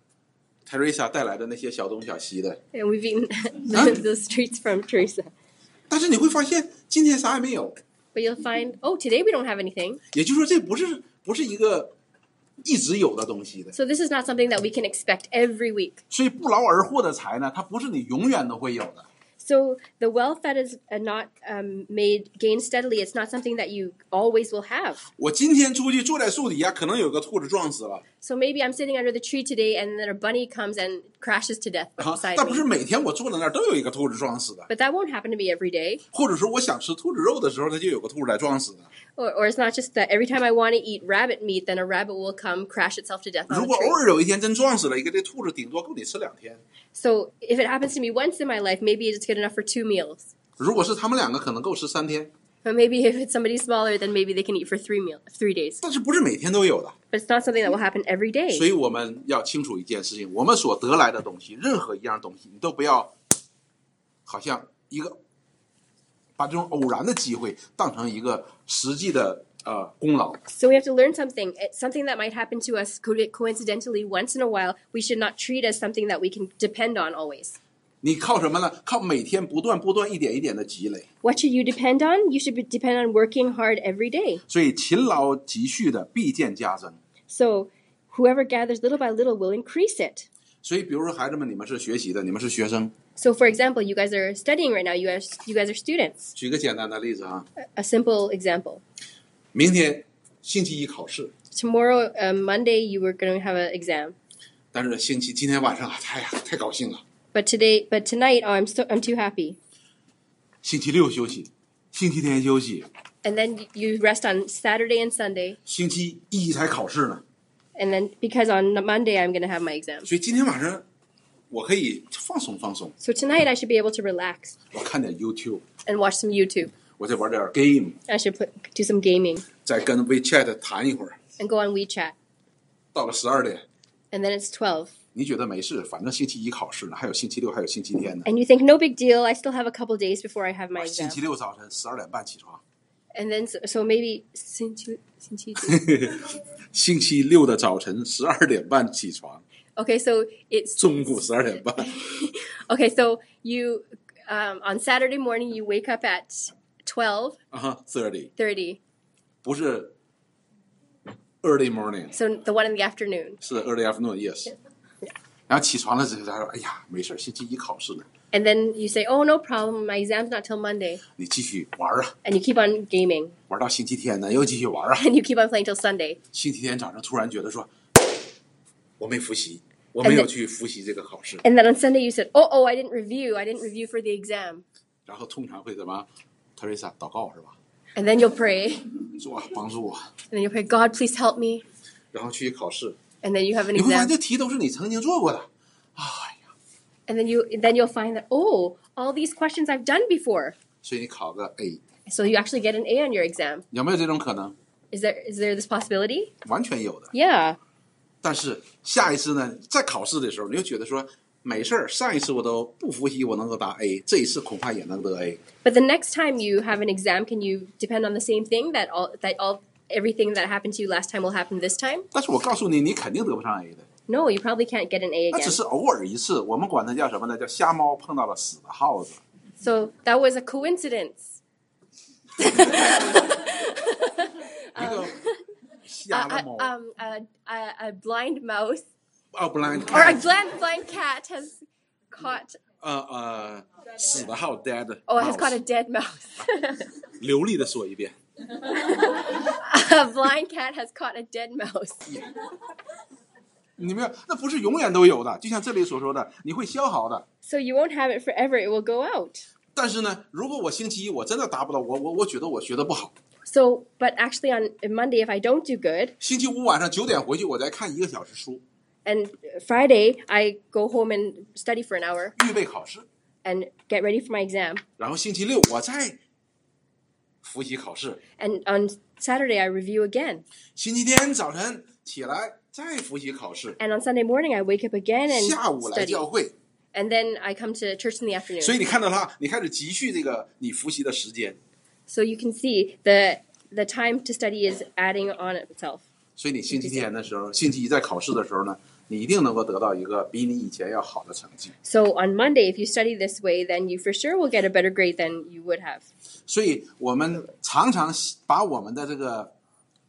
[SPEAKER 1] Teresa 带来的那些小东小西的。
[SPEAKER 2] and we've eaten the, those treats from Teresa.
[SPEAKER 1] 但是你会发现，今天啥也没有，
[SPEAKER 2] But you'll find, oh, today we don't have anything.
[SPEAKER 1] 也就是说，这不是不是一个一直有的东西的。
[SPEAKER 2] So this is not something that we can expect every week.
[SPEAKER 1] 所以不劳而获的财呢，它不是你永远都会有的。
[SPEAKER 2] So the wealth that is uh, not um, made gained steadily, it's not something that you always will have.
[SPEAKER 1] 我今天出去坐在树底下，可能有个兔子撞死了
[SPEAKER 2] So maybe I'm sitting under the tree today, and then a bunny comes and crashes to death
[SPEAKER 1] 啊，
[SPEAKER 2] beside
[SPEAKER 1] 但不
[SPEAKER 2] me.
[SPEAKER 1] 是每天我坐在那儿都有一个兔子撞死的，
[SPEAKER 2] But that won't happen to me every day.
[SPEAKER 1] 或者说我想吃兔子肉的时候，它就有个兔子来撞死的。
[SPEAKER 2] Or, or it's not just that every time I want to eat rabbit meat, then a rabbit will come crash itself to death.
[SPEAKER 1] 如
[SPEAKER 2] On
[SPEAKER 1] 果
[SPEAKER 2] a
[SPEAKER 1] 偶
[SPEAKER 2] tree.
[SPEAKER 1] 尔有一天真撞死了一个，这兔子顶多够你吃两天。
[SPEAKER 2] So if it happens to me once in my life, maybe it's good enough for two meals.
[SPEAKER 1] 如果是他们两个，可能够吃三天，
[SPEAKER 2] But maybe if it's somebody smaller, then maybe they can eat for three meal, three days.
[SPEAKER 1] 但是不是每天都有的。
[SPEAKER 2] But it's not something that will happen every day.
[SPEAKER 1] 所以我们要清楚一件事情：我们所得来的东西，任何一样东西，你都不要好像一个把这种偶然的机会当成一个实际的呃功劳。
[SPEAKER 2] So we have to learn something. It's something that might happen to us co- coincidentally once in a while. We should not treat as something that we can depend on always.
[SPEAKER 1] 你靠什么呢？靠每天不断不断一点一点的积累。
[SPEAKER 2] What should you depend on? You should be, depend on working hard every day.
[SPEAKER 1] 所以勤劳积蓄的必见加增。
[SPEAKER 2] So whoever gathers little by little will increase it.
[SPEAKER 1] 所以，比如说孩子们，你们是学习的，你们是学生。
[SPEAKER 2] So for example, you guys are studying right now. You guys, you guys are students.
[SPEAKER 1] 举个简单的例子啊，
[SPEAKER 2] A simple example.
[SPEAKER 1] 明天星期一考试，
[SPEAKER 2] Tomorrow, um, Monday, you were going to have an exam.
[SPEAKER 1] 但是星期今天晚上啊，哎呀，太高兴了。
[SPEAKER 2] But today, but tonight, oh, I'm so I'm too happy.
[SPEAKER 1] 星期六休息，星期天休息，
[SPEAKER 2] And then you rest on Saturday and Sunday,
[SPEAKER 1] 星期一才考试呢。
[SPEAKER 2] and then because on Monday I'm going to have my exam.
[SPEAKER 1] 所以今天晚上我可以放松放松，
[SPEAKER 2] So tonight I should be able to relax
[SPEAKER 1] 我看点 YouTube，
[SPEAKER 2] and watch some YouTube.
[SPEAKER 1] 我再玩点 game，
[SPEAKER 2] I should put, do some gaming
[SPEAKER 1] 再跟 WeChat 谈一会儿。
[SPEAKER 2] and go on WeChat.
[SPEAKER 1] 到了十二点，
[SPEAKER 2] And then it's 12.
[SPEAKER 1] 你觉得没事，反正星期一考试呢，还有星期六，还有星期天呢。
[SPEAKER 2] And you think, no big deal. I still have a couple days before I have my
[SPEAKER 1] 星
[SPEAKER 2] exam.
[SPEAKER 1] 期六早晨十二点半起床，
[SPEAKER 2] And then, so, so maybe, 星期-星期-
[SPEAKER 1] 星期六的早晨十二点半起床，
[SPEAKER 2] okay, so it's,
[SPEAKER 1] 中午十二点半，
[SPEAKER 2] okay, so you, um, on Saturday morning, you wake up at 12.30.
[SPEAKER 1] 啊哈，thirty 不是 early morning，
[SPEAKER 2] So the one in the afternoon.
[SPEAKER 1] 是 early afternoon，yes。然后起床了之后，他说：“哎呀，没事儿，星期一考试呢，
[SPEAKER 2] And then you say, oh, no problem. My exam's not till Monday.
[SPEAKER 1] 你继续玩儿啊，
[SPEAKER 2] And you keep on gaming
[SPEAKER 1] 玩到星期天呢，又继续玩儿啊。”
[SPEAKER 2] and you keep on playing till Sunday.
[SPEAKER 1] 星期天早上突然觉得说，我没复习，我没有去复习这个考试，
[SPEAKER 2] And then on Sunday you said, "Oh, oh, I didn't review. I didn't review for the exam."
[SPEAKER 1] 然后通常会怎么？Teresa 祷告是吧？
[SPEAKER 2] And then you'll pray, and
[SPEAKER 1] 主啊，帮助我，
[SPEAKER 2] then you'll pray, "God, please help me."
[SPEAKER 1] 然后去考试，
[SPEAKER 2] And then you have an
[SPEAKER 1] 你会发现
[SPEAKER 2] exam,
[SPEAKER 1] 这题都是你曾经做过的。哎呀，
[SPEAKER 2] and then you then you'll find that oh, all these questions I've done before.
[SPEAKER 1] 所以你考个 A，
[SPEAKER 2] So you actually get an A on your exam.
[SPEAKER 1] 有没有这种可能？
[SPEAKER 2] Is there is there this possibility?
[SPEAKER 1] 完全有的。
[SPEAKER 2] Yeah.
[SPEAKER 1] 但是下一次呢，在考试的时候，你就觉得说没事儿，上一次我都不复习，我能够答 A，这一次恐怕也能得 A。
[SPEAKER 2] But the next time you have an exam, can you depend on the same thing that all that all everything that happened to you last time will happen this time?
[SPEAKER 1] 但是我告诉你，你肯定得不上 A 的，
[SPEAKER 2] No, you probably can't get an A
[SPEAKER 1] 那
[SPEAKER 2] again.
[SPEAKER 1] 只是偶尔一次。我们管它叫什么呢？叫瞎猫碰到了死的耗子。
[SPEAKER 2] So that was a coincidence. 嗯
[SPEAKER 1] 一个瞎了
[SPEAKER 2] A-
[SPEAKER 1] 猫
[SPEAKER 2] um, a, a, a blind mouse
[SPEAKER 1] 哦，不然
[SPEAKER 2] or a blind blind cat has caught
[SPEAKER 1] 呃呃，死的号 dead，
[SPEAKER 2] oh has caught a
[SPEAKER 1] mouse
[SPEAKER 2] dead mouse
[SPEAKER 1] 流利的说一遍，
[SPEAKER 2] a blind cat has caught a dead mouse
[SPEAKER 1] 你没有，那不是永远都有的，就像这里所说的，你会消耗的。
[SPEAKER 2] so you won't have it forever it will go out
[SPEAKER 1] 但是呢，如果我星期一我真的达不到，我我我觉得我学的不好，
[SPEAKER 2] so but actually on Monday if I don't do good
[SPEAKER 1] 星期五晚上九点回去我再看一个小时书，
[SPEAKER 2] And Friday, I go home and study for an hour
[SPEAKER 1] 预备考试，
[SPEAKER 2] and get ready for my exam.
[SPEAKER 1] 然后星期六我再复习考试，
[SPEAKER 2] And on Saturday, I review again.
[SPEAKER 1] 星期天早晨起来再复习考试，
[SPEAKER 2] And on Sunday morning, I wake up again and
[SPEAKER 1] 下午来
[SPEAKER 2] study.
[SPEAKER 1] 教会。
[SPEAKER 2] And then I come to church in the afternoon.
[SPEAKER 1] 所以你看到他，你开始急需这个你复习的时间，
[SPEAKER 2] So you can see the the time to study is adding on itself.
[SPEAKER 1] 所以你星期天的时候，星期一在考试的时候呢，你一定能够得到一个比你以前要好的成绩。
[SPEAKER 2] So on Monday, if you study this way, then you for sure will get a better grade than you would have.
[SPEAKER 1] 所以我们常常把我们的这个、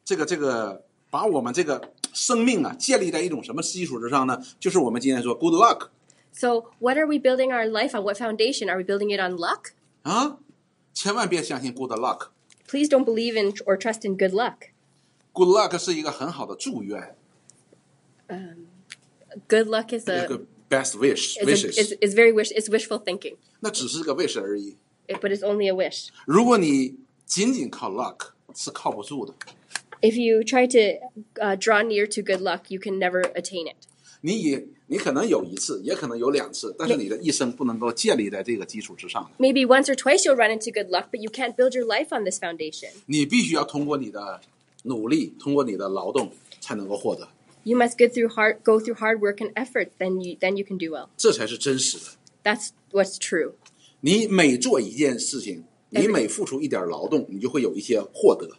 [SPEAKER 1] 这个、这个，把我们这个生命啊，建立在一种什么基础之上呢？就是我们今天说 good luck
[SPEAKER 2] So what are we building our life on? What foundation are we building it on? Luck?
[SPEAKER 1] 啊，千万别相信 good luck。
[SPEAKER 2] Please don't believe in or trust in good luck.
[SPEAKER 1] good luck 是一个很好的祝愿，
[SPEAKER 2] Good luck is
[SPEAKER 1] 一
[SPEAKER 2] a,
[SPEAKER 1] 个 best wish
[SPEAKER 2] is, 呃 a, is,
[SPEAKER 1] wishes，
[SPEAKER 2] is very wish is wishful thinking,
[SPEAKER 1] 那只是个 wish 而已。
[SPEAKER 2] it, but it's only a wish.
[SPEAKER 1] 如果你仅仅靠 luck 是靠不住的，
[SPEAKER 2] If you try to uh, draw near to good luck, you can never attain it.
[SPEAKER 1] 你也你可能有一次，也可能有两次，但是你的一生不能够建立在这个基础之上的。
[SPEAKER 2] Maybe once or twice you'll run into good luck, but you can't build your life on this foundation.
[SPEAKER 1] 你必须要通过你的努力，通过你的劳动才能够获得，
[SPEAKER 2] You must get through hard, go through hard work and effort, then you then you can do well.
[SPEAKER 1] 这才是真实的。
[SPEAKER 2] That's what's true.
[SPEAKER 1] 你每做一件事情，你
[SPEAKER 2] Every-
[SPEAKER 1] 每付出一点劳动，你就会有一些获得。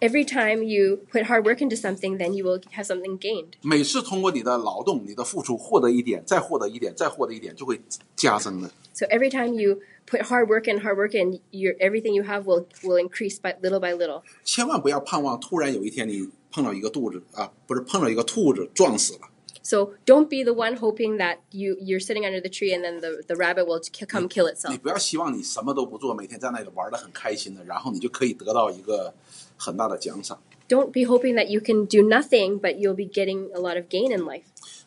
[SPEAKER 2] Every time you put hard work into something, then you will have something gained.
[SPEAKER 1] 每次通过你的劳动、你的付出获得一点，再获得一点，再获得一点，就会加增的。
[SPEAKER 2] So every time you put hard work in, hard work in, your everything you have will will increase by little by little.
[SPEAKER 1] 千万不要盼望突然有一天你碰到一个肚子啊，不是碰到一个兔子撞死了。
[SPEAKER 2] So don't be the one hoping that you you're sitting under the tree and then the the rabbit will k- come kill
[SPEAKER 1] 你
[SPEAKER 2] itself.
[SPEAKER 1] 不要希望你什么都不做，每天在那里玩的很开心的，然后你就可以得到一个很大的奖赏。
[SPEAKER 2] Don't be hoping that you can do nothing, but you'll be getting a lot of gain in life.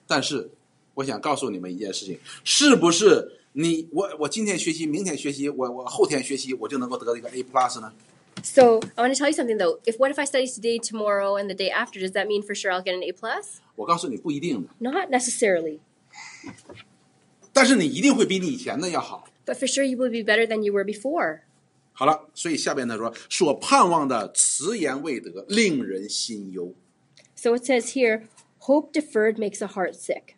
[SPEAKER 1] 但是我想告诉你们一件事情：是不是你我我今天学习，明天学习，我我后天学习，我就能够得到一个 A plus 呢？
[SPEAKER 2] So I want to tell you something though. If what if I study today, tomorrow, and the day after, does that mean for sure I'll get an A plus?
[SPEAKER 1] 我告诉你不一定的，
[SPEAKER 2] Not necessarily,
[SPEAKER 1] 但是你一定会比你以前的要好。
[SPEAKER 2] but for sure you will be better than you were before.
[SPEAKER 1] 好了，所以下边他说所盼望的迟延未得，令人心忧；
[SPEAKER 2] So it says here, hope deferred makes a heart sick,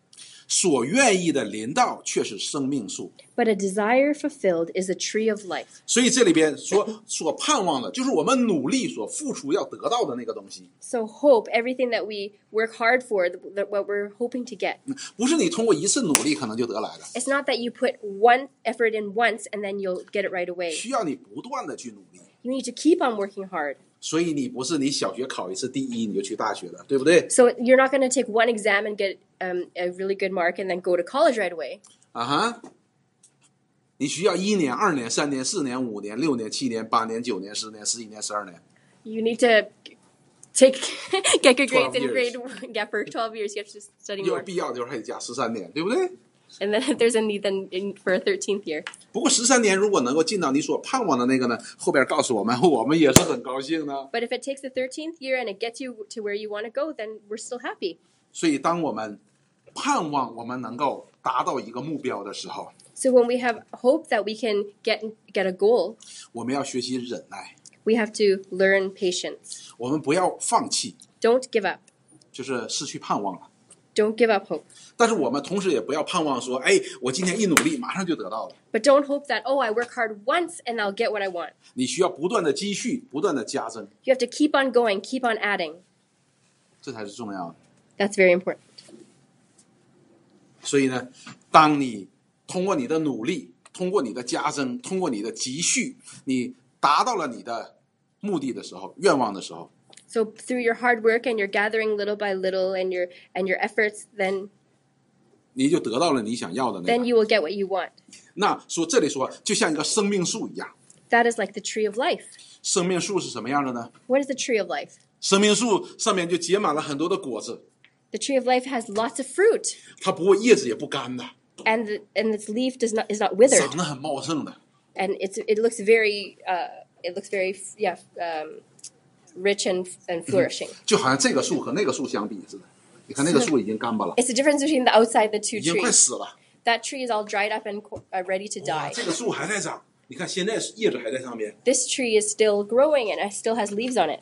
[SPEAKER 1] 所愿意的临到却是生命树。
[SPEAKER 2] but a desire fulfilled is a tree of life.
[SPEAKER 1] 所以这里边所所盼望的，就是我们努力所付出要得到的那个东西，
[SPEAKER 2] So hope, everything that we work hard for, th- th- what we're hoping to get.
[SPEAKER 1] 不是你通过一次努力可能就得来的，
[SPEAKER 2] It's not that you put one effort in once and then you'll get it right away.
[SPEAKER 1] 需要你不断的去努力。
[SPEAKER 2] You need to keep on working hard.
[SPEAKER 1] 所以你不是你小学考一次第一你就去大学了，对不对？
[SPEAKER 2] So you're not going to take one exam and get um, a really good mark and then go to college right away.
[SPEAKER 1] 啊哈，你需要一年、二年、三年、四年、五年、六年、七年、八年、九年、十年、十一年、十二年，
[SPEAKER 2] You need to take get
[SPEAKER 1] 12
[SPEAKER 2] good grades in
[SPEAKER 1] years.
[SPEAKER 2] grade one. Yeah, for 12 years you have to study
[SPEAKER 1] 有
[SPEAKER 2] more.
[SPEAKER 1] 必要的时候还得加十三年，对不对？
[SPEAKER 2] And then if there's a need then in, for a 13th year.
[SPEAKER 1] 不过十三年如果能够进到你所盼望的那个呢，后边告诉我们，我们也是很高兴的。
[SPEAKER 2] But if it takes the 13th year and it gets you to where you want to go, then we're still happy.
[SPEAKER 1] 所以，当我们盼望我们能够达到一个目标的时候，
[SPEAKER 2] So when we have hope that we can get get a goal,
[SPEAKER 1] 我们要学习忍耐，
[SPEAKER 2] we have to learn patience.
[SPEAKER 1] 我们不要放弃，
[SPEAKER 2] Don't give up.
[SPEAKER 1] 就是失去盼望了。
[SPEAKER 2] Don't give up hope.
[SPEAKER 1] 但是我们同时也不要盼望说，哎，我今天一努力马上就得到了。
[SPEAKER 2] But don't hope that oh, I work hard once and I'll get what I want.
[SPEAKER 1] 你需要不断的积蓄，不断的加增，
[SPEAKER 2] You have to keep on going, keep on adding.
[SPEAKER 1] 这才是重要的。
[SPEAKER 2] That's very important.
[SPEAKER 1] 所以呢，当你通过你的努力，通过你的加增，通过你的积蓄，你达到了你的目的的时候，愿望的时候，
[SPEAKER 2] So through your hard work and your gathering little by little and your and your efforts, then
[SPEAKER 1] 你就得到了你想要的那
[SPEAKER 2] then
[SPEAKER 1] 个。
[SPEAKER 2] you will get what you want.
[SPEAKER 1] 那说这里说，就像一个生命树一样。
[SPEAKER 2] That is like the tree of life.
[SPEAKER 1] 生命树是什么样的呢？
[SPEAKER 2] What is the tree of life?
[SPEAKER 1] 生命树上面就结满了很多的果子，
[SPEAKER 2] The tree of life has lots of fruit,
[SPEAKER 1] 它不会叶子也不干的，
[SPEAKER 2] and the, and its leaf does not is not withered,
[SPEAKER 1] 长得很茂盛的。
[SPEAKER 2] and it's it looks very uh, it looks very yeah um, rich and and flourishing.
[SPEAKER 1] 就好像这个树和那个树相比似的，你看那个树已经干巴了，
[SPEAKER 2] It's the difference between the outside the
[SPEAKER 1] 已
[SPEAKER 2] two
[SPEAKER 1] 经快
[SPEAKER 2] trees.
[SPEAKER 1] 死了。
[SPEAKER 2] That tree is all dried up and qu- uh, ready to
[SPEAKER 1] 哇，
[SPEAKER 2] die.
[SPEAKER 1] 哎这个树还在长，你看现在叶子还在上面。
[SPEAKER 2] This tree is still growing and it still has leaves on it.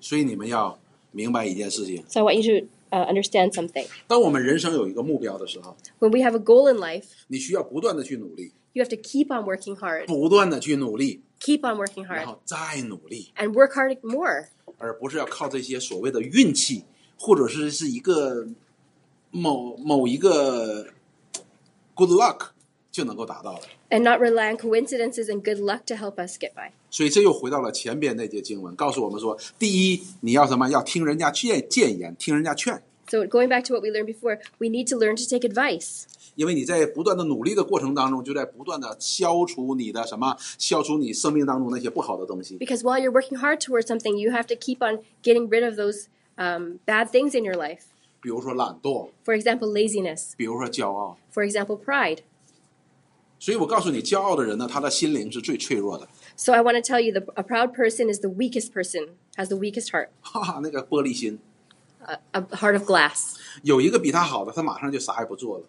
[SPEAKER 1] 所以你们要明白一件事情：
[SPEAKER 2] So I want you to uh, understand something.
[SPEAKER 1] 当我们人生有一个目标的时候，
[SPEAKER 2] When we have a goal in life,
[SPEAKER 1] 你需要不断的去努力，
[SPEAKER 2] you have to keep on working hard,
[SPEAKER 1] 不断的去努力，
[SPEAKER 2] keep on working
[SPEAKER 1] 然
[SPEAKER 2] hard,
[SPEAKER 1] 后再努力，
[SPEAKER 2] and work hard more.
[SPEAKER 1] 而不是要靠这些所谓的运气，或者是是一个某某一个 good luck 就能够达到的。
[SPEAKER 2] and not rely on coincidences and good luck to help us get by.
[SPEAKER 1] 所以这又回到了前边那节经文，告诉我们说：第一，你要什么？要听人家谏谏言，听人家劝，
[SPEAKER 2] So going back to what we learned before, we need to learn to take advice
[SPEAKER 1] 因为你在不断的努力的过程当中，就在不断的消除你的什么，消除你生命当中那些不好的东西。
[SPEAKER 2] because while you're working hard towards something, you have to keep on getting rid of those um, bad things in your life.
[SPEAKER 1] 比如说懒惰，
[SPEAKER 2] For example, laziness.
[SPEAKER 1] 比如说骄傲。
[SPEAKER 2] For example, pride.
[SPEAKER 1] 所以我告诉你，骄傲的人呢，他的心灵是最脆弱的。
[SPEAKER 2] So I want to tell you, the, a proud person is the weakest person, has the weakest heart,
[SPEAKER 1] 哈哈，那个玻璃心，
[SPEAKER 2] a, a heart of glass.
[SPEAKER 1] 有一个比他好的，他马上就啥也不做了，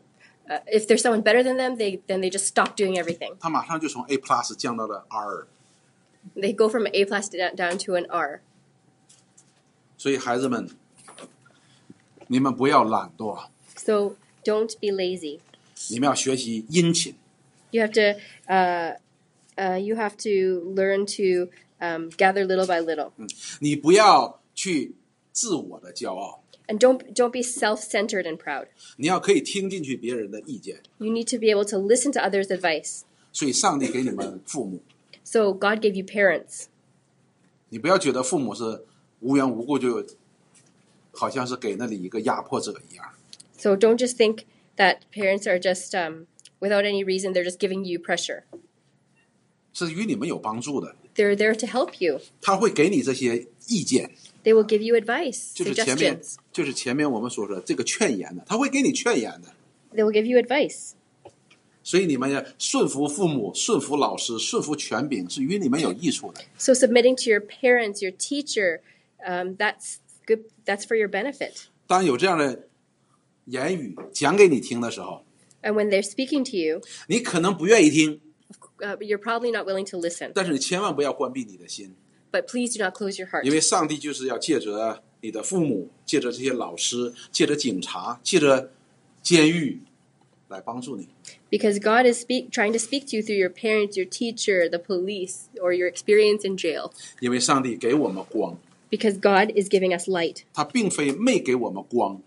[SPEAKER 2] Uh, if there's someone better than them, they then they just stop doing everything.
[SPEAKER 1] 他马上就从 A plus 降到了 R。
[SPEAKER 2] They go from A plus down, down to an R.
[SPEAKER 1] 所以孩子们，你们不要懒惰，
[SPEAKER 2] So don't be lazy.
[SPEAKER 1] 你们要学习殷勤。
[SPEAKER 2] You have to uh, uh, you have to learn to um, gather little by little,
[SPEAKER 1] 你不要去自我的骄傲，
[SPEAKER 2] and don't don't be self centered and proud.
[SPEAKER 1] 你要可以听进去别人的意见。
[SPEAKER 2] You need to be able to listen to others' advice.
[SPEAKER 1] 所以，上帝给你们父母，
[SPEAKER 2] So God gave you parents.
[SPEAKER 1] 你不要觉得父母是无缘无故就，好像是给那里一个压迫者一样。
[SPEAKER 2] So don't just think that parents are just um, without any reason. They're just giving you pressure.
[SPEAKER 1] 是与你们有帮助的，
[SPEAKER 2] They're there to help you.
[SPEAKER 1] 他会给你这些意见，
[SPEAKER 2] They will give you advice,
[SPEAKER 1] 就是前面
[SPEAKER 2] suggestions.
[SPEAKER 1] 就是前面我们所说的这个劝言的，他会给你劝言的。
[SPEAKER 2] They will give you advice.
[SPEAKER 1] 所以你们要顺服父母、顺服老师、顺服权柄，是与你们有益处的。
[SPEAKER 2] So submitting to your parents, your teacher, um, that's good. That's for your benefit.
[SPEAKER 1] 当有这样的言语讲给你听的时候，
[SPEAKER 2] And when they're speaking to you,
[SPEAKER 1] 你可能不愿意听，
[SPEAKER 2] uh, you're probably not willing to listen.
[SPEAKER 1] 但是你千万不要关闭你的心，
[SPEAKER 2] But please do not close your heart.
[SPEAKER 1] 因为上帝就是要借着你的父母、借着这些老师、借着警察、借着监狱来帮助你。
[SPEAKER 2] Because God is speak, trying to speak to you through your parents, your teacher, the police, or your experience in jail.
[SPEAKER 1] 因为上帝给我们光，
[SPEAKER 2] Because God is giving us light.
[SPEAKER 1] 他并非没给我们光，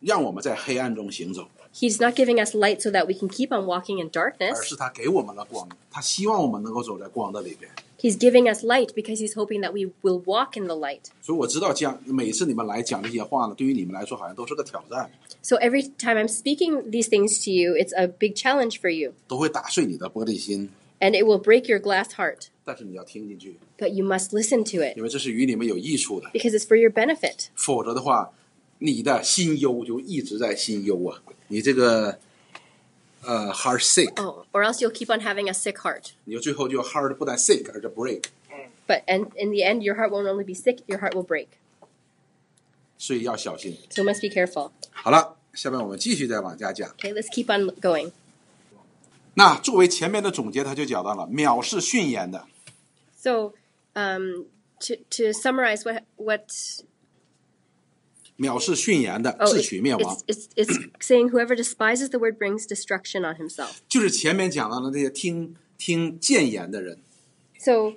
[SPEAKER 1] 让我们在黑暗中行走，
[SPEAKER 2] He's not giving us light so that we can keep on walking in
[SPEAKER 1] 而
[SPEAKER 2] darkness.
[SPEAKER 1] 是他给我们了光，他希望我们能够走在光的里边。
[SPEAKER 2] He's giving us light because He's hoping that we will walk in the light.
[SPEAKER 1] 所以我知道讲每次你们来讲这些话呢，对于你们来说好像都是个挑战，
[SPEAKER 2] So every time I'm speaking these things to you, it's a big challenge for you.
[SPEAKER 1] 都会打碎你的玻璃心，
[SPEAKER 2] And it will break your glass heart.
[SPEAKER 1] 但是你要听进去，
[SPEAKER 2] But you must listen to it
[SPEAKER 1] 因为这是与你们有益处的。
[SPEAKER 2] because it's for your benefit.
[SPEAKER 1] 否则的话，你的心忧就一直在心忧啊，你这个呃 heart sick，
[SPEAKER 2] Oh, or else you'll keep on having a sick heart.
[SPEAKER 1] 你就最后就 heart 不但 sick，而是 break。
[SPEAKER 2] But and in the end, your heart won't only be sick; your heart will break.
[SPEAKER 1] 所以要小心。
[SPEAKER 2] So must be careful.
[SPEAKER 1] 好了，下面我们继续再往下讲。
[SPEAKER 2] Okay, let's keep on going.
[SPEAKER 1] 那作为前面的总结，他就讲到了藐视训言的，
[SPEAKER 2] So, um, to to summarize what what
[SPEAKER 1] 藐视训言的
[SPEAKER 2] oh,
[SPEAKER 1] 自
[SPEAKER 2] it's,
[SPEAKER 1] 取灭亡
[SPEAKER 2] it's,，it's it's saying whoever despises the word brings destruction on himself.
[SPEAKER 1] 就是前面讲到的那些听听谏言的人，
[SPEAKER 2] So,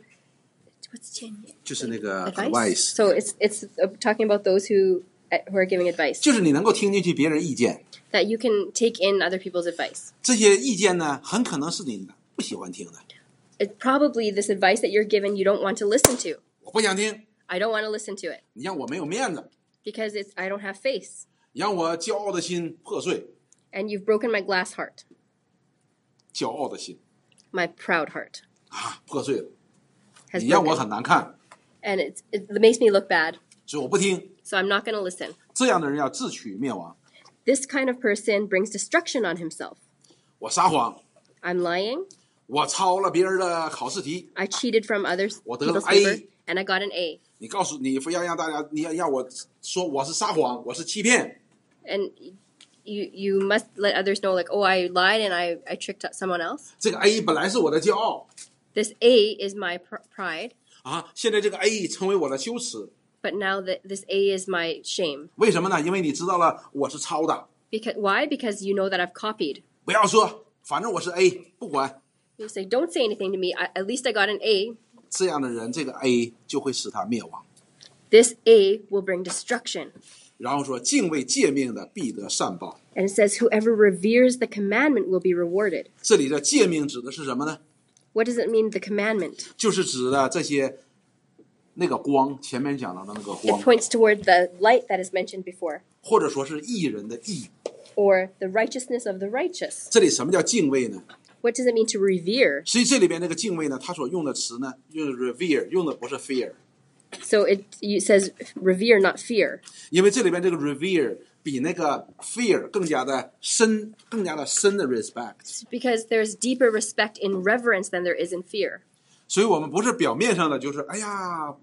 [SPEAKER 2] what's Jen?
[SPEAKER 1] 就是那个
[SPEAKER 2] Advice.
[SPEAKER 1] uh, advice，
[SPEAKER 2] So it's it's uh, talking about those who uh, who are giving advice
[SPEAKER 1] 就是你能够听进去别人意见，
[SPEAKER 2] that you can take in other people's advice.
[SPEAKER 1] 这些意见呢，很可能是你不喜欢听的，
[SPEAKER 2] It's probably this advice that you're given you don't want to listen to.
[SPEAKER 1] 我不想听，
[SPEAKER 2] I don't want to listen to it
[SPEAKER 1] 你让我没有面子，
[SPEAKER 2] because it's I don't have face.
[SPEAKER 1] 你让我骄傲的心破碎，
[SPEAKER 2] and you've broken my glass heart,
[SPEAKER 1] 骄傲的心
[SPEAKER 2] my proud heart
[SPEAKER 1] 啊破碎了，
[SPEAKER 2] has
[SPEAKER 1] 你让我
[SPEAKER 2] broken,
[SPEAKER 1] 很难看，
[SPEAKER 2] and it's, it makes me look bad.
[SPEAKER 1] 所以我不听。
[SPEAKER 2] So I'm not going to listen.
[SPEAKER 1] 这样的人要自取灭亡。
[SPEAKER 2] This kind of person brings destruction on himself.
[SPEAKER 1] 我撒谎，
[SPEAKER 2] I'm lying.
[SPEAKER 1] 我抄了别人的考试题，
[SPEAKER 2] I cheated from others
[SPEAKER 1] Well,
[SPEAKER 2] people's
[SPEAKER 1] I-
[SPEAKER 2] labor, and I got an A.
[SPEAKER 1] 你告诉你非要让大家，你要让我说我是撒谎，我是欺骗，
[SPEAKER 2] And you you must let others know like, oh, I lied and I, I tricked up someone else.
[SPEAKER 1] 这个 A 本来是我的骄傲
[SPEAKER 2] This A is my pr- pride,
[SPEAKER 1] 啊，现在这个 A 成为我的羞耻，
[SPEAKER 2] but now that this A is my shame.
[SPEAKER 1] 为什么呢？因为你知道了我是抄的，
[SPEAKER 2] Because why? Because you know that I've copied.
[SPEAKER 1] 不要说，反正我是 A，不管
[SPEAKER 2] You say, don't say anything to me. I, at least I got an A.
[SPEAKER 1] 这样的人，这个 A 就会使他灭亡。
[SPEAKER 2] This A will bring destruction.
[SPEAKER 1] 然后说，敬畏诫命的必得善报。
[SPEAKER 2] And it says, whoever reveres the commandment will be rewarded.
[SPEAKER 1] 这里的诫命指的是什么呢？
[SPEAKER 2] What does it mean, the commandment?
[SPEAKER 1] 就是指的这些那个光，前面讲到的那个
[SPEAKER 2] It
[SPEAKER 1] 光，
[SPEAKER 2] points toward the light that is mentioned before,
[SPEAKER 1] 或者说是义人的义。
[SPEAKER 2] or the righteousness of the righteous.
[SPEAKER 1] 这里什么叫敬畏呢？
[SPEAKER 2] What does it mean to revere?
[SPEAKER 1] 实际这里边那个敬畏呢，它所用的词呢，用的 revere，用的不是 fear，
[SPEAKER 2] So it you, says revere, not fear.
[SPEAKER 1] 因为这里边这个 revere 比那个 fear 更加的深，更加的深的 respect。
[SPEAKER 2] Because there's deeper respect in reverence than there is in fear.
[SPEAKER 1] 所以我们不是表面上的，就是哎呀，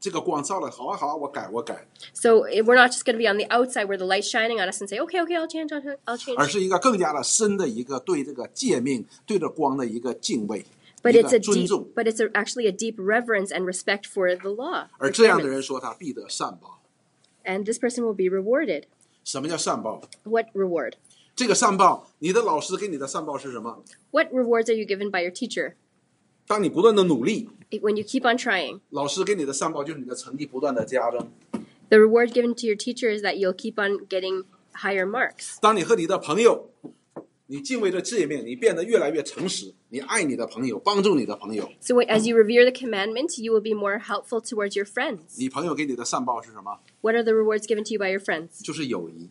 [SPEAKER 1] 这个光照了，好啊好啊，我改我改，
[SPEAKER 2] So it, we're not just going to be on the outside where the light's shining on us and say, okay, okay, I'll change, I'll, change, I'll
[SPEAKER 1] 而
[SPEAKER 2] change.
[SPEAKER 1] 是一个更加的深的一个对这个诫命、对着光的一个敬畏、
[SPEAKER 2] But
[SPEAKER 1] 一
[SPEAKER 2] it's
[SPEAKER 1] 个
[SPEAKER 2] a
[SPEAKER 1] 尊
[SPEAKER 2] deep,
[SPEAKER 1] 重。
[SPEAKER 2] but it's a, actually a deep reverence and respect for the law.
[SPEAKER 1] 而这样的人说他必得善报。
[SPEAKER 2] And this person will be rewarded.
[SPEAKER 1] 什么叫善报？
[SPEAKER 2] What reward?
[SPEAKER 1] 这个善报，你的老师给你的善报是什么？
[SPEAKER 2] What rewards are you given by your teacher?
[SPEAKER 1] 当你不断的努力，
[SPEAKER 2] It- When you keep on trying,
[SPEAKER 1] 老师给你的善报就是你的成绩不断的加增。
[SPEAKER 2] the reward given to your teacher is that you'll keep on getting higher marks.
[SPEAKER 1] 当你和你的朋友，你敬畏这诫命，你变得越来越诚实，你爱你的朋友，帮助你的朋友，
[SPEAKER 2] So when- as you revere the commandment, you will be more helpful towards your friends.
[SPEAKER 1] 你朋友给你的善报是什么？
[SPEAKER 2] What are the rewards given to you by your friends?
[SPEAKER 1] 就是友谊，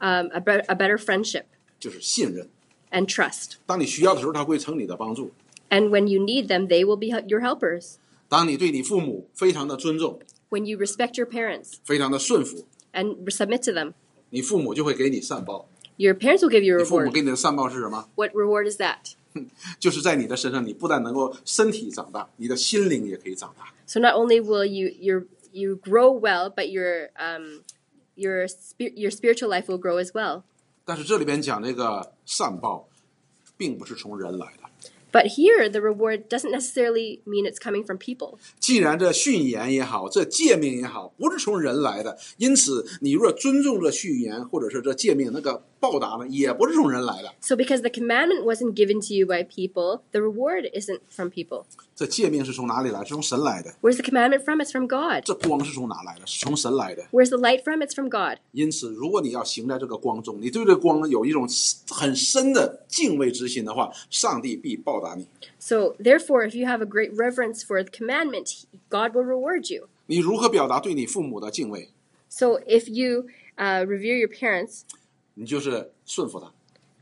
[SPEAKER 2] Um, a, be- a better friendship
[SPEAKER 1] 就是信任。
[SPEAKER 2] and trust.
[SPEAKER 1] 当你需要的时候，他会成你的帮助。
[SPEAKER 2] And when you need them, they will be he- your helpers.
[SPEAKER 1] 当你对你父母非常的尊重，
[SPEAKER 2] When you respect your parents
[SPEAKER 1] 非常的顺服，
[SPEAKER 2] and submit to them,
[SPEAKER 1] 你父母就会给你善报。
[SPEAKER 2] your parents will give you a
[SPEAKER 1] 你父母给
[SPEAKER 2] reward.
[SPEAKER 1] 你的善报是什么？
[SPEAKER 2] What reward is that?
[SPEAKER 1] 就是在你的身上，你不但能够身体长大，你的心灵也可以长大。
[SPEAKER 2] So not only will you your you grow well, but your um, your spi- your spiritual life will grow as well.
[SPEAKER 1] 但是这里边讲这个善报，并不是从人来的。
[SPEAKER 2] But here, the reward doesn't necessarily mean it's coming from people.
[SPEAKER 1] 既然这训言也好，这诫命也好，不是从人来的，因此你若尊重这训言或者是这诫命，那个报答呢，也不是从人来的。
[SPEAKER 2] So because the commandment wasn't given to you by people, the reward isn't from people.
[SPEAKER 1] 这诫命是从哪里来？是从神来的。
[SPEAKER 2] Where's the commandment from? It's from God.
[SPEAKER 1] 这光是从哪来的？是从神来的。
[SPEAKER 2] Where's the light from? It's from God.
[SPEAKER 1] 因此，如果你要行在这个光中，你对这光有一种很深的敬畏之心的话，上帝必报答你。
[SPEAKER 2] So therefore, if you have a great reverence for the commandment, God will reward you.
[SPEAKER 1] 你如何表达对你父母的敬畏？
[SPEAKER 2] So if you uh, revere your parents,
[SPEAKER 1] 你就是顺服他。